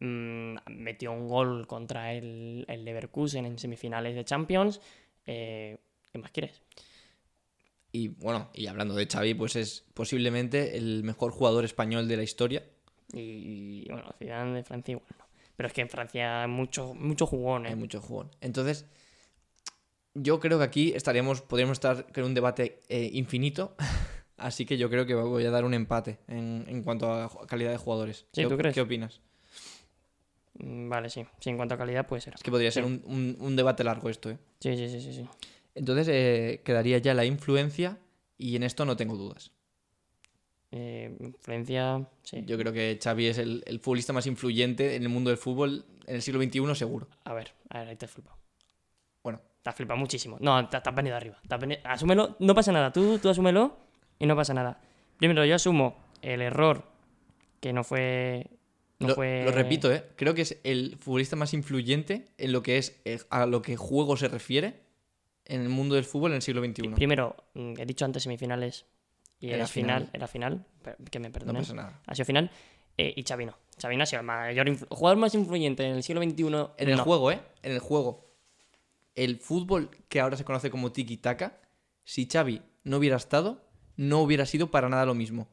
Mm, metió un gol contra el, el Leverkusen en semifinales de Champions. Eh, ¿Qué más quieres?
Y bueno, y hablando de Xavi, pues es posiblemente el mejor jugador español de la historia.
Y, y, bueno, Zidane de Francia igual no. Pero es que en Francia hay mucho, mucho jugón, ¿eh?
Hay mucho jugón. Entonces, yo creo que aquí estaríamos, podríamos estar en un debate eh, infinito. Así que yo creo que voy a dar un empate en, en cuanto a ju- calidad de jugadores.
Sí,
¿Qué,
¿tú
op-
crees?
¿Qué opinas?
Mm, Vale, sí. Sí, en cuanto a calidad puede ser.
Es que podría ser
Sí.
un, un- un debate largo esto, ¿eh?
Sí, sí, sí, sí. sí.
Entonces eh, quedaría ya la influencia y en esto no tengo dudas.
Eh, influencia, sí.
Yo creo que Xavi es el, el futbolista más influyente en el mundo del fútbol en el siglo XXI seguro.
A ver, a ver, ahí te has flipado.
Bueno.
Te has flipado muchísimo. No, te, te has venido arriba. Te has veni- Asúmelo, no pasa nada. Tú, tú asúmelo y no pasa nada. Primero, yo asumo el error que no fue. No
lo,
fue...
lo repito, ¿eh? Creo que es el futbolista más influyente en lo que es eh, a lo que juego se refiere en el mundo del fútbol en el siglo XXI.
Primero, mm, he dicho antes semifinales y
Era
era final,
final.
era final, per- que me
No
perdonen.
pasa nada.
Ha sido final. eh, y Chavino. Chavino ha sido el mayor influ- jugador más influyente en el siglo XXI.
En el
no.
juego, ¿eh? En el juego. El fútbol que ahora se conoce como tiki-taka, si Xavi no hubiera estado, no hubiera sido para nada lo mismo.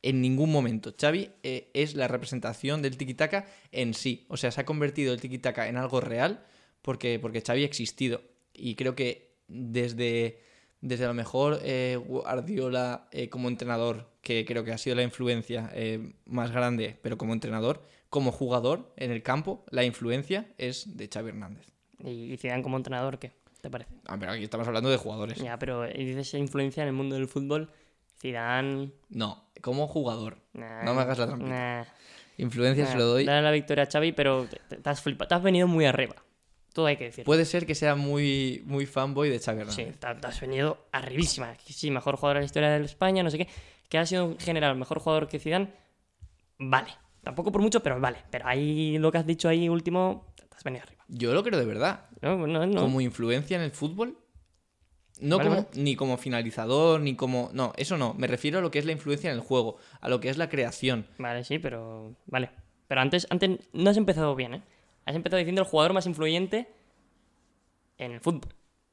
En ningún momento. Xavi eh, es la representación del tiki-taka en sí. O sea, se ha convertido el tiki-taka en algo real porque, porque Xavi ha existido. Y creo que desde, desde a lo mejor eh, Guardiola eh, como entrenador, que creo que ha sido la influencia eh, más grande, pero como entrenador, como jugador en el campo, la influencia es de Xavi Hernández.
Y, y Zidane como entrenador, ¿qué te parece?
Ah, pero aquí estamos hablando de jugadores.
Ya, pero eh, dices influencia en el mundo del fútbol. Zidane.
No, como jugador.
nah,
No me hagas la trampita.
Ah, nah.
Influencia se
Nah,
lo doy.
Dale la victoria a Xavi, pero te, te- te has flipado. Te has venido muy arriba. Todo hay que decir.
Puede ser que sea muy, muy fanboy de Xavi
Sí,
Hernández.
te, te has venido arribísima. Sí, mejor jugador de la historia de España, no sé qué. Que ha sido en general mejor jugador que Zidane. Vale. Tampoco por mucho, pero vale. Pero ahí lo que has dicho ahí último, te, te has venido arriba.
Yo lo creo de verdad.
No, no, no.
Como influencia en el fútbol. No
Vale,
como, ni como finalizador, ni como... No, eso no. Me refiero a lo que es la influencia en el juego, a lo que es la creación.
Vale, sí, pero. Vale. Pero antes, antes no has empezado bien, ¿eh? Has empezado diciendo el jugador más influyente en el fútbol.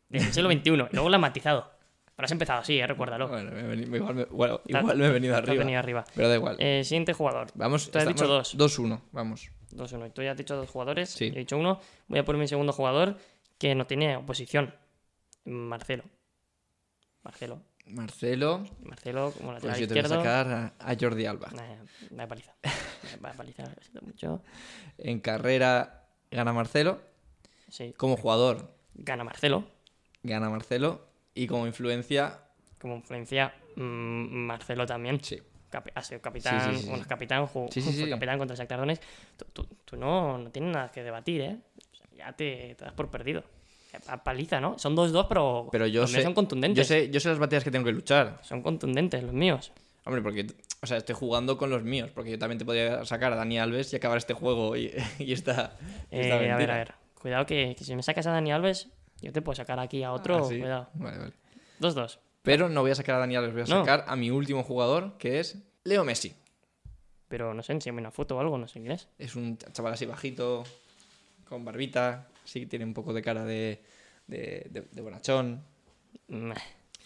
Del siglo XXI. y luego lo has matizado. Pero has empezado así, ¿eh? recuérdalo.
Bueno, me he veni- igual, me, bueno,
Te has-
igual me he venido
te has
arriba.
venido arriba.
Pero da igual.
Eh, siguiente jugador.
Vamos,
tú has dicho
estamos 2-1, vamos.
2-1. Tú ya has dicho dos jugadores.
Sí.
Yo he dicho uno. Voy a por mi segundo jugador que no tiene oposición. Marcelo. Marcelo.
Marcelo,
Marcelo como lateral
pues yo te voy a
izquierdo.
sacar a, a Jordi Alba.
Nah, una paliza. Una paliza, lo siento mucho.
En carrera gana Marcelo,
Sí.
como jugador
Gana Marcelo.
gana Marcelo y como influencia,
como influencia mm, Marcelo también
sí.
Capi- ha sido capitán
Sí, sí, sí,
bueno
sí.
capitán jugó-
Sí, sí,
fue
sí.
capitán contra el Shakhtar Donetsk tú, tú- tú no, no tienes nada que debatir eh O sea, ya te, te das por perdido Pa- paliza no son 2-2 pero,
Pero yo
los míos
sé,
son contundentes
yo sé, yo sé las batallas que tengo que luchar.
son contundentes los míos
Hombre, porque, o sea, estoy jugando con los míos, porque yo también te podría sacar a Dani Alves y acabar este juego y, y esta, y
Eh,
esta
a ver
mentira.
a ver cuidado que, que si me sacas a Dani Alves yo te puedo sacar aquí a otro
Ah, ¿sí?
cuidado
Vale, vale.
2-2
Pero no voy a sacar a Dani Alves, voy a
No.
sacar a mi último jugador, que es Leo Messi.
pero no sé enséñame una foto o algo no sé quién es
Es un chaval así bajito, con barbita, sí, tiene un poco de cara de, de, de- de bonachón.
Meh.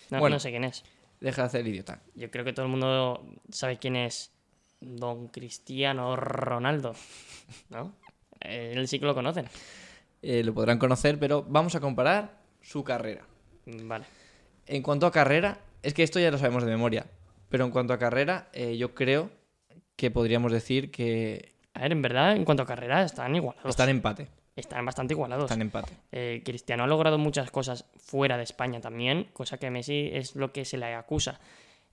no,
Bueno.
no sé quién es
Deja de hacer el idiota.
Yo creo que todo el mundo sabe quién es Don Cristiano Ronaldo, ¿no? Él sí que lo conocen.
Eh, lo podrán conocer, pero vamos a comparar su carrera.
Vale.
En cuanto a carrera, es que esto ya lo sabemos de memoria, pero en cuanto a carrera, eh, yo creo que podríamos decir que
A ver, en verdad, en cuanto a carrera, están igualados.
están en empate.
Están bastante igualados.
Están en empate.
Eh, Cristiano ha logrado muchas cosas fuera de España también, cosa que Messi es lo que se le acusa.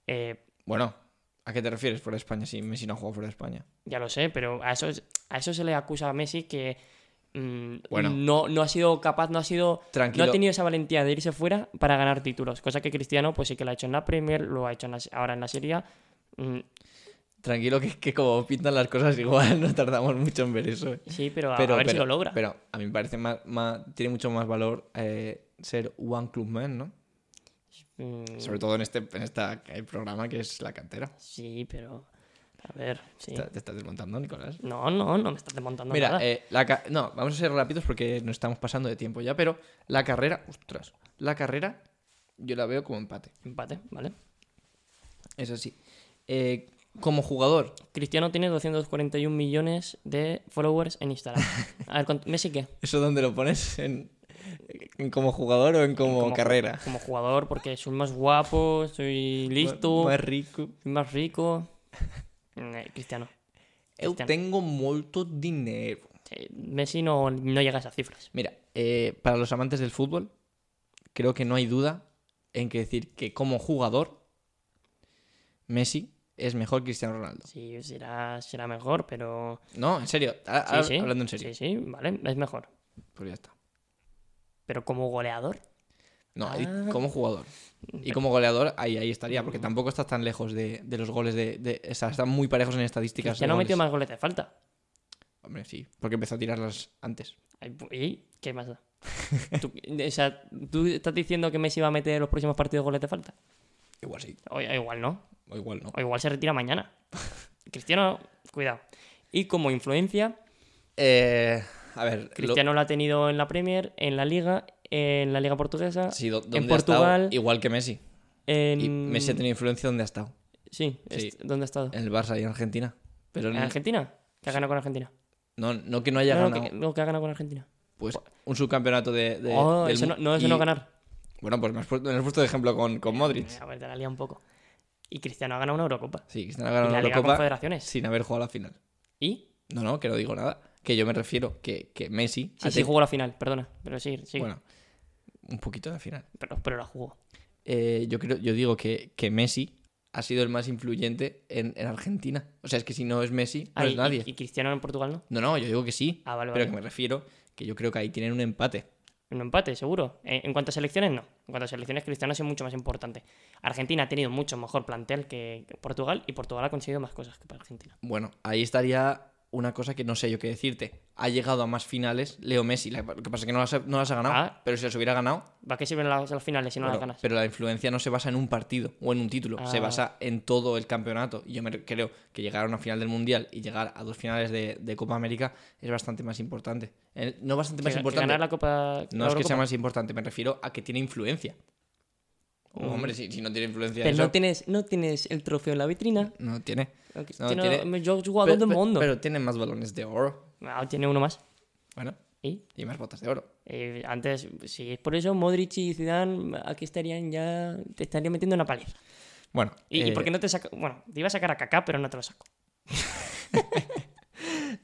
Eh,
Bueno, ¿a qué te refieres por España si Messi no ha jugado fuera de España?
ya lo sé, pero a eso, a eso se le acusa a Messi que mm,
Bueno.
no, no ha sido capaz, no ha sido.
Tranquilo.
No ha tenido esa valentía de irse fuera para ganar títulos. Cosa que Cristiano, pues sí que lo ha hecho en la Premier, lo ha hecho en la- ahora en la Serie A. Mm,
Tranquilo, que, que como pintan las cosas igual, no tardamos mucho en ver eso. eh.
sí, pero a,
Pero,
a ver si
pero-
lo logra.
Pero a mí me parece más, más- tiene mucho más valor eh, ser One Club Man, ¿no?
Mm,
Sobre todo en este en esta, el programa que es la cantera.
sí, pero. A ver, sí.
Te, te estás desmontando, Nicolás.
No, no, no me estás desmontando
Mira,
nada.
eh, la ca- no, vamos a ser rápidos porque nos estamos pasando de tiempo ya, pero la carrera, ostras, la carrera yo la veo como empate.
Empate, ¿vale?
Es así. Eh, como jugador,
Cristiano tiene 241 millones de followers en Instagram. A ver, ¿cuánto- ¿Messi qué?
¿eso dónde lo pones? ¿En, en como jugador o en como,
Como ju-
carrera?
Como jugador, porque soy más guapo, soy listo,
Más rico.
soy más rico. Eh, Cristiano.
Eu
Cristiano.
tengo mucho dinero.
Eh, Messi no, no llega a esas cifras.
Mira, eh, para los amantes del fútbol, creo que no hay duda en que decir que como jugador, Messi es mejor que Cristiano Ronaldo.
Sí, será, será mejor, pero.
No, en serio, a-
Sí,
a-
sí.
Ah, hablando en
Sí,
serio.
sí, vale, es mejor.
Pues ya está.
Pero como goleador,
No,
Ah. Mm.
y como jugador. Y como goleador, ahí, ahí estaría, porque tampoco estás tan lejos de, de los goles de, de- o sea, están muy parejos en estadísticas.
Cristiano
de
metió
goles.
más goles de falta.
Hombre, sí, porque empezó a tirarlas antes.
Ay, pu- ¿Y qué más da? Tú- o sea, ¿tú estás diciendo que Messi va a meter en los próximos partidos goles de falta?
Igual sí,
O- o igual no.
o igual no.
O igual se retira mañana. Cristiano, cuidado. Y como influencia,
Eh, a ver, lo-
Cristiano la ha tenido en la Premier, en la Liga, en la Liga Portuguesa,
sí, do- ¿dónde
en
ha estado?
Portugal,
Igual que Messi.
en...
Y Messi ha tenido influencia donde ha estado.
Sí,
Sí.
est- ¿dónde ha estado?
En el Barça y en Argentina. Pero
¿En
no,
Argentina? ¿Que ha ganado con Argentina?
no, no que no haya
No, no,
ganado
que, no, que ha ganado con Argentina.
pues, un subcampeonato de. de-
Oh,
del
eso no,
mu-
no, eso
y-
no ganar.
Bueno, pues me has puesto, me has puesto de ejemplo con, con Modric.
A ver, te pues la lía un poco. Y Cristiano ha ganado una Eurocopa.
Sí, Cristiano ha
Y
ganado
la
la
Liga
Copa
Confederaciones.
sin haber jugado la final.
Y
No, no, que no digo nada. Que yo me refiero que, que Messi.
sí,
ha
sí
tenido-
jugó la final, perdona. Pero sí, sí.
Ah, Bueno, un poquito de la final.
Pero, pero la jugó.
Eh, yo, creo, yo digo que, que Messi ha sido el más influyente en, en Argentina. O sea, es que si no es Messi, no
Ah, y-
es nadie.
Y, y Cristiano en Portugal no.
No, no, yo digo que sí.
Ah, vale,
Pero
vale.
que me refiero que yo creo que ahí tienen un empate.
Un empate, seguro. Eh, En, en cuanto a selecciones, no. En cuanto a selecciones, Cristiano ha sido mucho más importante. Argentina ha tenido mucho mejor plantel que que Portugal y Portugal ha conseguido más cosas que para Argentina.
Bueno, ahí estaría una cosa que no sé yo qué decirte. Ha llegado a más finales Leo Messi. La- Lo que pasa es que no las ha, no las ha ganado.
Ah.
Pero si las hubiera ganado.
¿Para qué sirven las, las finales si no las
bueno,
ganas?
pero la influencia no se basa en un partido o en un título. Se
Ah.
basa en todo el campeonato. Y yo me re- creo que llegar a una final del Mundial y llegar a dos finales de, de Copa América es bastante más importante. Eh, No bastante
Que-
más
que
importante.
ganar la Copa. la
No es que sea
Eurocopa.
más importante, me refiero a que tiene influencia. Oh, Hombre, si, si no tiene influencia.
Mm. Pero
eso-
no tienes, no tienes el trofeo en la vitrina.
no tiene.
Cristiano,
tiene-
yo jugador
Pe-
del
pe-
mundo.
Pero tiene más balones de oro.
Ah, tiene uno más.
Bueno,
Y
y más botas de oro.
eh, antes, si es por eso, Modric y Zidane aquí estarían ya. Te estarían metiendo una paliza.
Bueno,
¿Y, y
eh,
por qué no te saca? Bueno, te iba a sacar a Kaká, pero no te lo saco.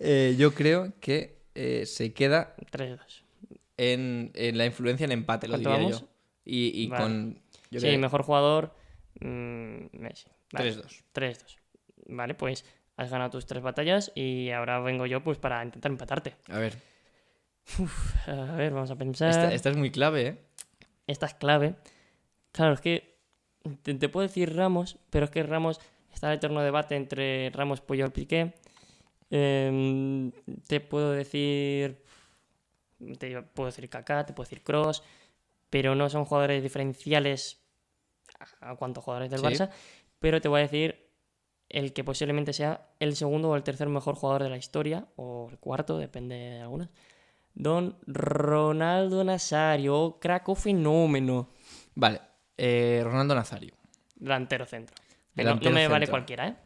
eh, yo creo que eh, se queda
3-2.
en, en la influencia en empate, lo
¿Cuánto
diría
vamos?
yo. Y, y
Vale.
con. Yo
sí,
creo que
mejor jugador. mm, Messi. Vale,
3-2.
3-2. Vale, pues has ganado tus tres batallas y ahora vengo yo pues para intentar empatarte.
A ver,
A ver, vamos a pensar.
esta,
Esta,
esta es muy clave, ¿eh?
es clave. Claro, es que te, te puedo decir Ramos, pero es que Ramos está en eterno debate entre Ramos, Puyol, Piqué. Em, te puedo decir. Te puedo decir Kaká, te puedo decir Cross, pero no son jugadores diferenciales a a cuantos jugadores del
Sí.
Barça. Pero te voy a decir el que posiblemente sea el segundo o el tercer mejor jugador de la historia, o el cuarto, depende de algunas. Don Ronaldo Nazario, oh, crack o fenómeno.
Vale, eh, Ronaldo Nazario.
Delantero centro. Que no-
Delantero
no, me vale
centro.
cualquiera, ¿eh?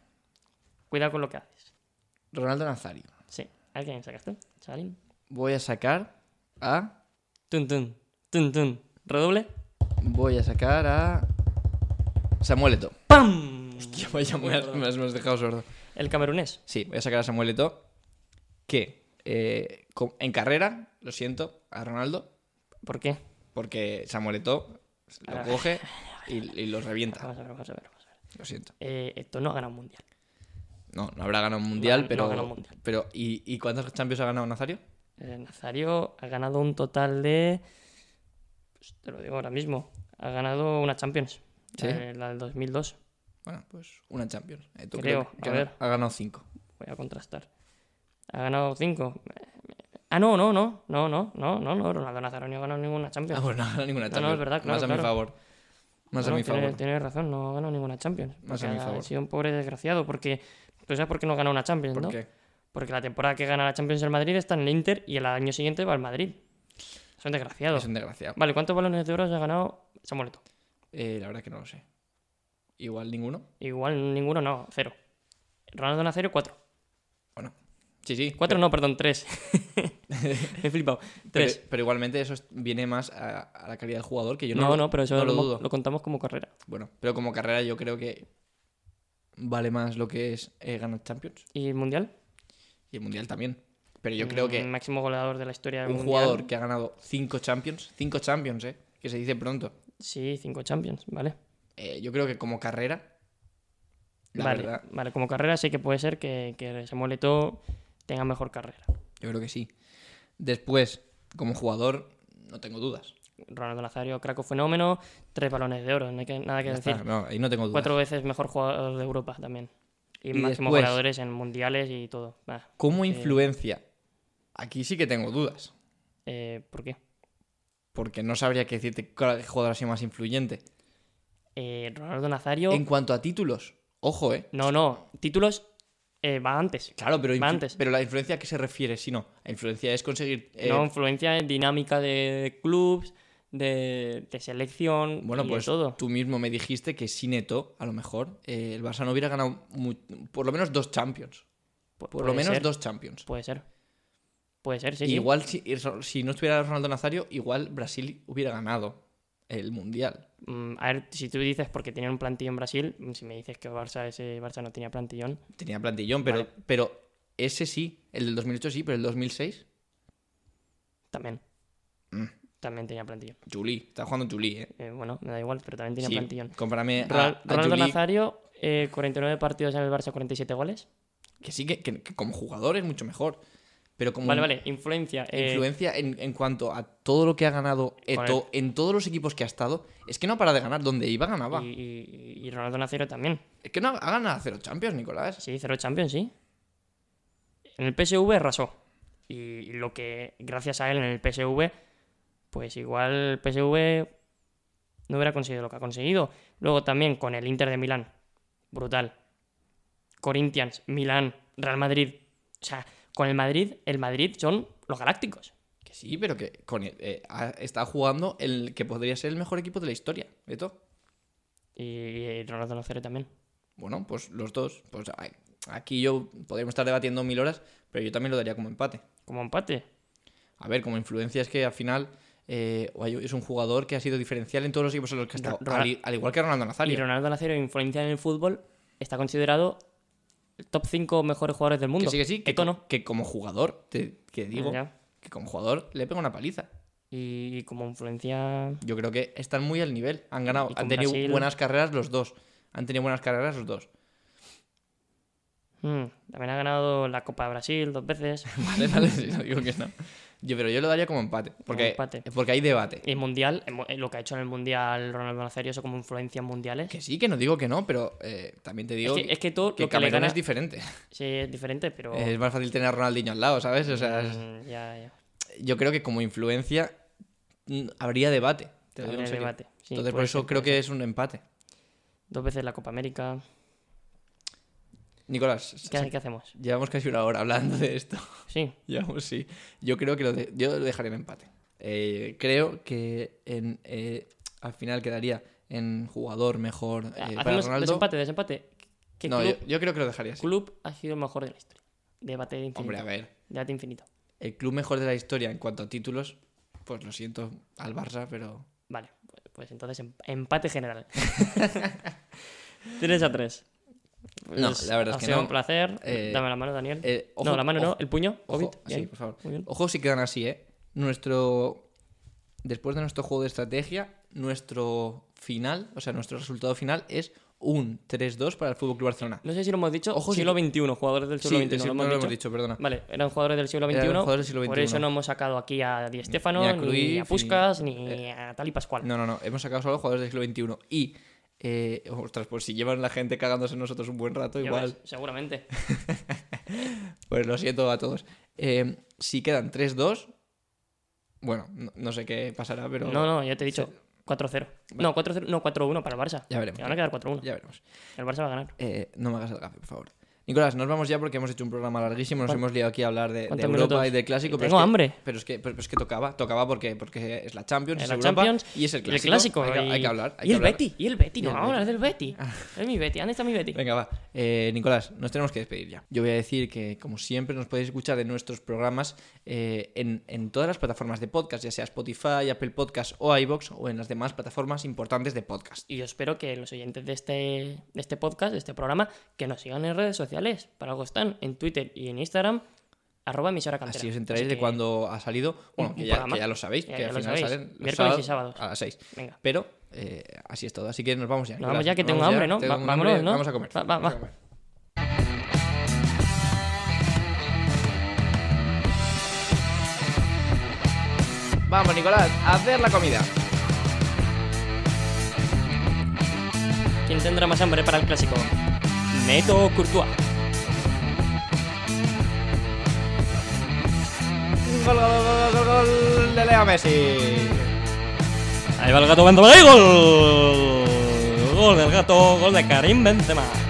Cuidado con lo que haces.
Ronaldo Nazario.
Sí. ¿A quién sacaste? Salim.
Voy a sacar a.
Tun, tun. Tun, tun. Redoble.
Voy a sacar a. Samuel Eto'o.
¡Pam!
Hostia, vaya, me has, me has- me has dejado sordo.
El camerunés.
Sí, voy a sacar a Samuel Eto'o, que eh, co- en carrera, lo siento, a Ronaldo,
¿Por qué?
porque Samuel Eto'o lo
Ah.
coge y, y lo revienta.
Vamos a ver, vamos a ver. Vamos a ver.
Lo siento.
Eh, esto no ha ganado un mundial.
No, no habrá ganado un mundial,
no ha
pero...
ganado un mundial.
pero ¿y, y cuántos champions ha ganado Nazario?
Eh, Nazario ha ganado un total de. pues, te lo digo ahora mismo. Ha ganado una Champions.
¿Sí?
eh, la del 2002.
Bueno, pues una Champions. Eh, tú
Creo,
creo que
a
ha,
ver.
ha ganado cinco.
Voy a contrastar. Ha ganado 5. Ah, no, no, no. No, no, no, no, no. Ronaldo Nazario no ha ganado ninguna Champions.
Ah, bueno, no ha ganado ninguna
No, no,
Champions.
es verdad,
Más
claro,
a mi
claro.
favor. Más
Bueno,
a mi
tiene-
favor.
Tienes razón, no ha ganado ninguna Champions.
Más
porque
a mi
ha
favor.
sido un pobre desgraciado porque. ¿Tú sabes por qué no ganó una Champions,
¿Por
no?
qué?
Porque la temporada que gana la Champions el Madrid está en el Inter y el año siguiente va al Madrid. Son desgraciados.
Es un desgraciado.
Vale, ¿cuántos balones de oro ha ganado Samuel Eto'o?
Eh, la verdad que no lo sé. Igual ninguno.
Igual ninguno, no, cero. Ronaldo Nazario, cuatro.
Bueno. Sí, sí.
Cuatro no, perdón, tres. Me he flipado. Tres.
Pero, pero igualmente eso es- viene más a, a la calidad del jugador, que yo no,
no,
lo-
no, pero eso
no lo
lo, mo-
dudo.
lo contamos como carrera.
Bueno, pero como carrera yo creo que vale más lo que es eh, ganar Champions
¿Y el Mundial?
y el Mundial también. Pero yo creo
Mm,
que
Máximo goleador de la historia del
un
Mundial.
jugador que ha ganado cinco Champions, cinco Champions, eh, que se dice pronto,
Sí, cinco Champions, vale.
eh, yo creo que como carrera, la
vale,
verdad,
vale, como carrera sí que puede ser que, que Samuel Eto'o tenga mejor carrera.
yo creo que sí. Después, como jugador, no tengo dudas.
Ronaldo Nazario, craco fenómeno, tres balones de oro, no hay que- nada que
Ya
decir.
está, no, ahí no tengo dudas.
Cuatro veces mejor jugador de Europa también. Y,
Y
máximo
después-
goleadores en mundiales y todo. Ah,
¿Cómo influencia? Aquí sí que tengo dudas,
eh, ¿Por qué?
porque no sabría qué decirte cuál jugador ha sido más influyente.
Eh, Ronaldo Nazario.
En cuanto a títulos, ojo, eh.
No, no. Títulos eh, va antes.
Claro, pero,
Va
influ-
antes.
pero la influencia a qué se refiere, si no. La influencia es conseguir. eh,
No, influencia en dinámica de clubs, de, de selección,
bueno,
y de
pues
todo.
tú mismo me dijiste que sin Eto, a lo mejor, eh, el Barça no hubiera ganado mu- por lo menos dos Champions.
Pu-
Por lo
puede
menos
ser,
dos Champions.
Puede ser. Puede ser, sí. sí.
Igual si, si no estuviera Ronaldo Nazario, igual Brasil hubiera ganado el Mundial.
Mm, a ver, si tú dices porque tenía un plantillón en Brasil, mm, si me dices que Barça, ese Barça no tenía plantillón,
Tenía plantillón, pero, pero ese sí, el del 2008 sí, pero el 2006,
también.
Mm.
También tenía plantillón.
Juli, está jugando Juli, ¿eh?
Eh, bueno, me da igual, pero también tenía
Sí, Ah,
plantillón.
Compárame a,
Ra-
a
Ronaldo
Juli,
Nazario, eh, 49 partidos en el Barça, 47 goles.
que sí, que, que- que como jugador es mucho mejor. Pero como
Vale, vale, influencia. eh,
influencia en, en cuanto a todo lo que ha ganado Eto en todos los equipos que ha estado. Es que no para de ganar. Donde iba, ganaba.
y, y- y Ronaldo Nazario también.
Es que no ha ganado cero Champions, Nicolás.
Sí, cero Champions, sí. En el PSV arrasó. Y lo que, gracias a él en el PSV, pues igual el PSV no hubiera conseguido lo que ha conseguido. Luego también con el Inter de Milán. Brutal. Corinthians, Milán, Real Madrid. O sea, con el Madrid, el Madrid son los galácticos.
Que sí, pero que con, eh, ha- está jugando el que podría ser el mejor equipo de la historia, Eto.
Y, y Ronaldo Nazario también.
Bueno, pues los dos. Pues ay, aquí yo podríamos estar debatiendo mil horas, pero yo también lo daría como empate.
Como empate.
A ver, como influencia es que al final eh, guay, es un jugador que ha sido diferencial en todos los equipos en los que ha estado.
Ra- Ra-
al, i- al igual que Ronaldo
Y
Nazario.
Ronaldo Nazario, influencia en el fútbol, está considerado el top 5 mejores jugadores del mundo.
Que sí, que sí, que,
Eto no.
que como jugador, te, que digo,
Ya.
que como jugador le pega una paliza.
Y como influencia.
Yo creo que están muy al nivel. Han ganado,
Y con
han tenido
Brasil.
buenas carreras los dos. Han tenido buenas carreras los dos.
hmm, también ha ganado la Copa de Brasil dos veces.
Vale, vale, sí, no digo que no. Yo, pero yo lo daría como empate. Porque,
empate.
porque hay debate.
Y el Mundial, el mu- eh, lo que ha hecho en el Mundial Ronaldo Nazario, eso como influencias mundiales.
Que sí, que no digo que no, pero eh, también te
Es
digo
que, es que todo
que
lo que le
Camerún
gana.
es Eh, diferente.
Sí, es diferente, pero.
Es más fácil tener a Ronaldinho al lado, ¿sabes? O sea, es-
mm, ya, ya.
yo creo que como influencia mm, habría debate. Te lo digo
Habría
en serio.
debate. Sí,
Entonces, por
puede
eso
ser,
creo
puede
que
ser.
es un empate.
Dos veces la Copa América.
Nicolás,
¿Qué, qué hacemos?
llevamos casi una hora hablando de esto. Eh,
Sí,
Digamos, sí. Yo creo que lo de- yo lo dejaría en empate. Eh, creo que en, eh, al final quedaría en jugador mejor eh, para
hacemos
Ronaldo.
desempate, desempate. ¿Qué
no,
club,
yo, yo creo que lo dejaría así.
club ha sido el mejor de la historia? Debate infinito.
Hombre, a ver.
Debate infinito.
El club mejor de la historia en cuanto a títulos, pues lo siento al Barça, pero
Vale, pues entonces em- empate general. 3 a 3.
No, la verdad es que
Ha sido
no.
un placer.
Eh,
Dame la mano, Daniel.
eh, ojo,
no, la mano no, el puño.
ojo,
Ovid,
así,
bien,
por favor.
muy bien.
Ojo si quedan así, ¿eh? Nuestro. Después de nuestro juego de estrategia, nuestro final, o sea, nuestro resultado final es un 3-2 para el Fútbol Club Barcelona.
No sé si lo hemos dicho.
Ojo, sí.
siglo XXI, jugadores del
Sí,
siglo XXI.
es
¿lo
cierto,
hemos
no lo
dicho?
hemos dicho, perdona. Eh,
Vale, eran jugadores del siglo
Eran
XXI.
jugadores del siglo
Por eso
XXI.
no hemos sacado aquí a Di Stefano,
Ni
ni
a
a,
Cruyff,
Puskas, ni a tal y Pascual.
No, no, no. Hemos sacado solo jugadores del siglo XXI. Y, eh, ostras, pues si llevan la gente cagándose en nosotros un buen rato,
Ya
igual.
ves, seguramente.
Pues lo siento a todos. Eh, si quedan 3-2, bueno, no, no sé qué pasará, pero
No, no, ya te he dicho. 4-0. No, 4-0, no, 4-1 para el Barça.
Ya veremos.
Le van a quedar 4-1.
ya veremos.
El Barça va a ganar.
Eh, no me hagas el gafe, por favor. Nicolás, nos vamos ya porque hemos hecho un programa larguísimo, nos
¿Cuán-
hemos liado aquí a hablar de, de
cuántos
Europa
minutos?
y del clásico.
Tengo
es que-
hambre.
pero es que, pero, pero es que tocaba, tocaba porque, porque es la Champions,
Eh,
es
la
Europa
Champions
y es el
Y el
clásico.
clásico.
hay, que-
y-
hay que hablar. hay
y
que
el
hablar.
Betty, y el Betty.
Y
No,
el Ah.
vamos a hablar del Betty. Es mi Betty. ¿Dónde está mi Betty?
Venga, va. Eh, Nicolás, nos tenemos que despedir ya. Yo voy a decir que, como siempre, nos podéis escuchar en nuestros programas eh, en, en todas las plataformas de podcast, ya sea Spotify, Apple Podcast o iBox o en las demás plataformas importantes de podcast.
Y yo espero que los oyentes de este, de este podcast, de este programa, que nos sigan en redes sociales. Para algo están en Twitter y en Instagram, arroba emisora cantera.
Así os enteráis
Así
de
que,
cuándo ha salido. Bueno,
un
que ya,
programa.
que ya lo sabéis,
Ya-
que
ya
al
lo
final
sabéis.
salen los
Miércoles y
sábados
sábados.
a las 6.
Venga.
Pero eh, así es todo. Así que nos vamos ya.
Nos
Nicolás.
vamos ya, que tengo hambre, ¿no?
Tengo
Va-
un
vámonos,
hambre,
¿no?
Vamos a comer.
Va- va-
Vamos a
va.
comer. Vamos, Nicolás, a hacer la comida.
¿Quién tendrá más hambre para el clásico? Neto o Courtois.
Gol, gol, gol, gol, gol de Leo Messi.
Ahí va el gato Benzema. ¡Gol! Gol del gato, gol de Karim Benzema.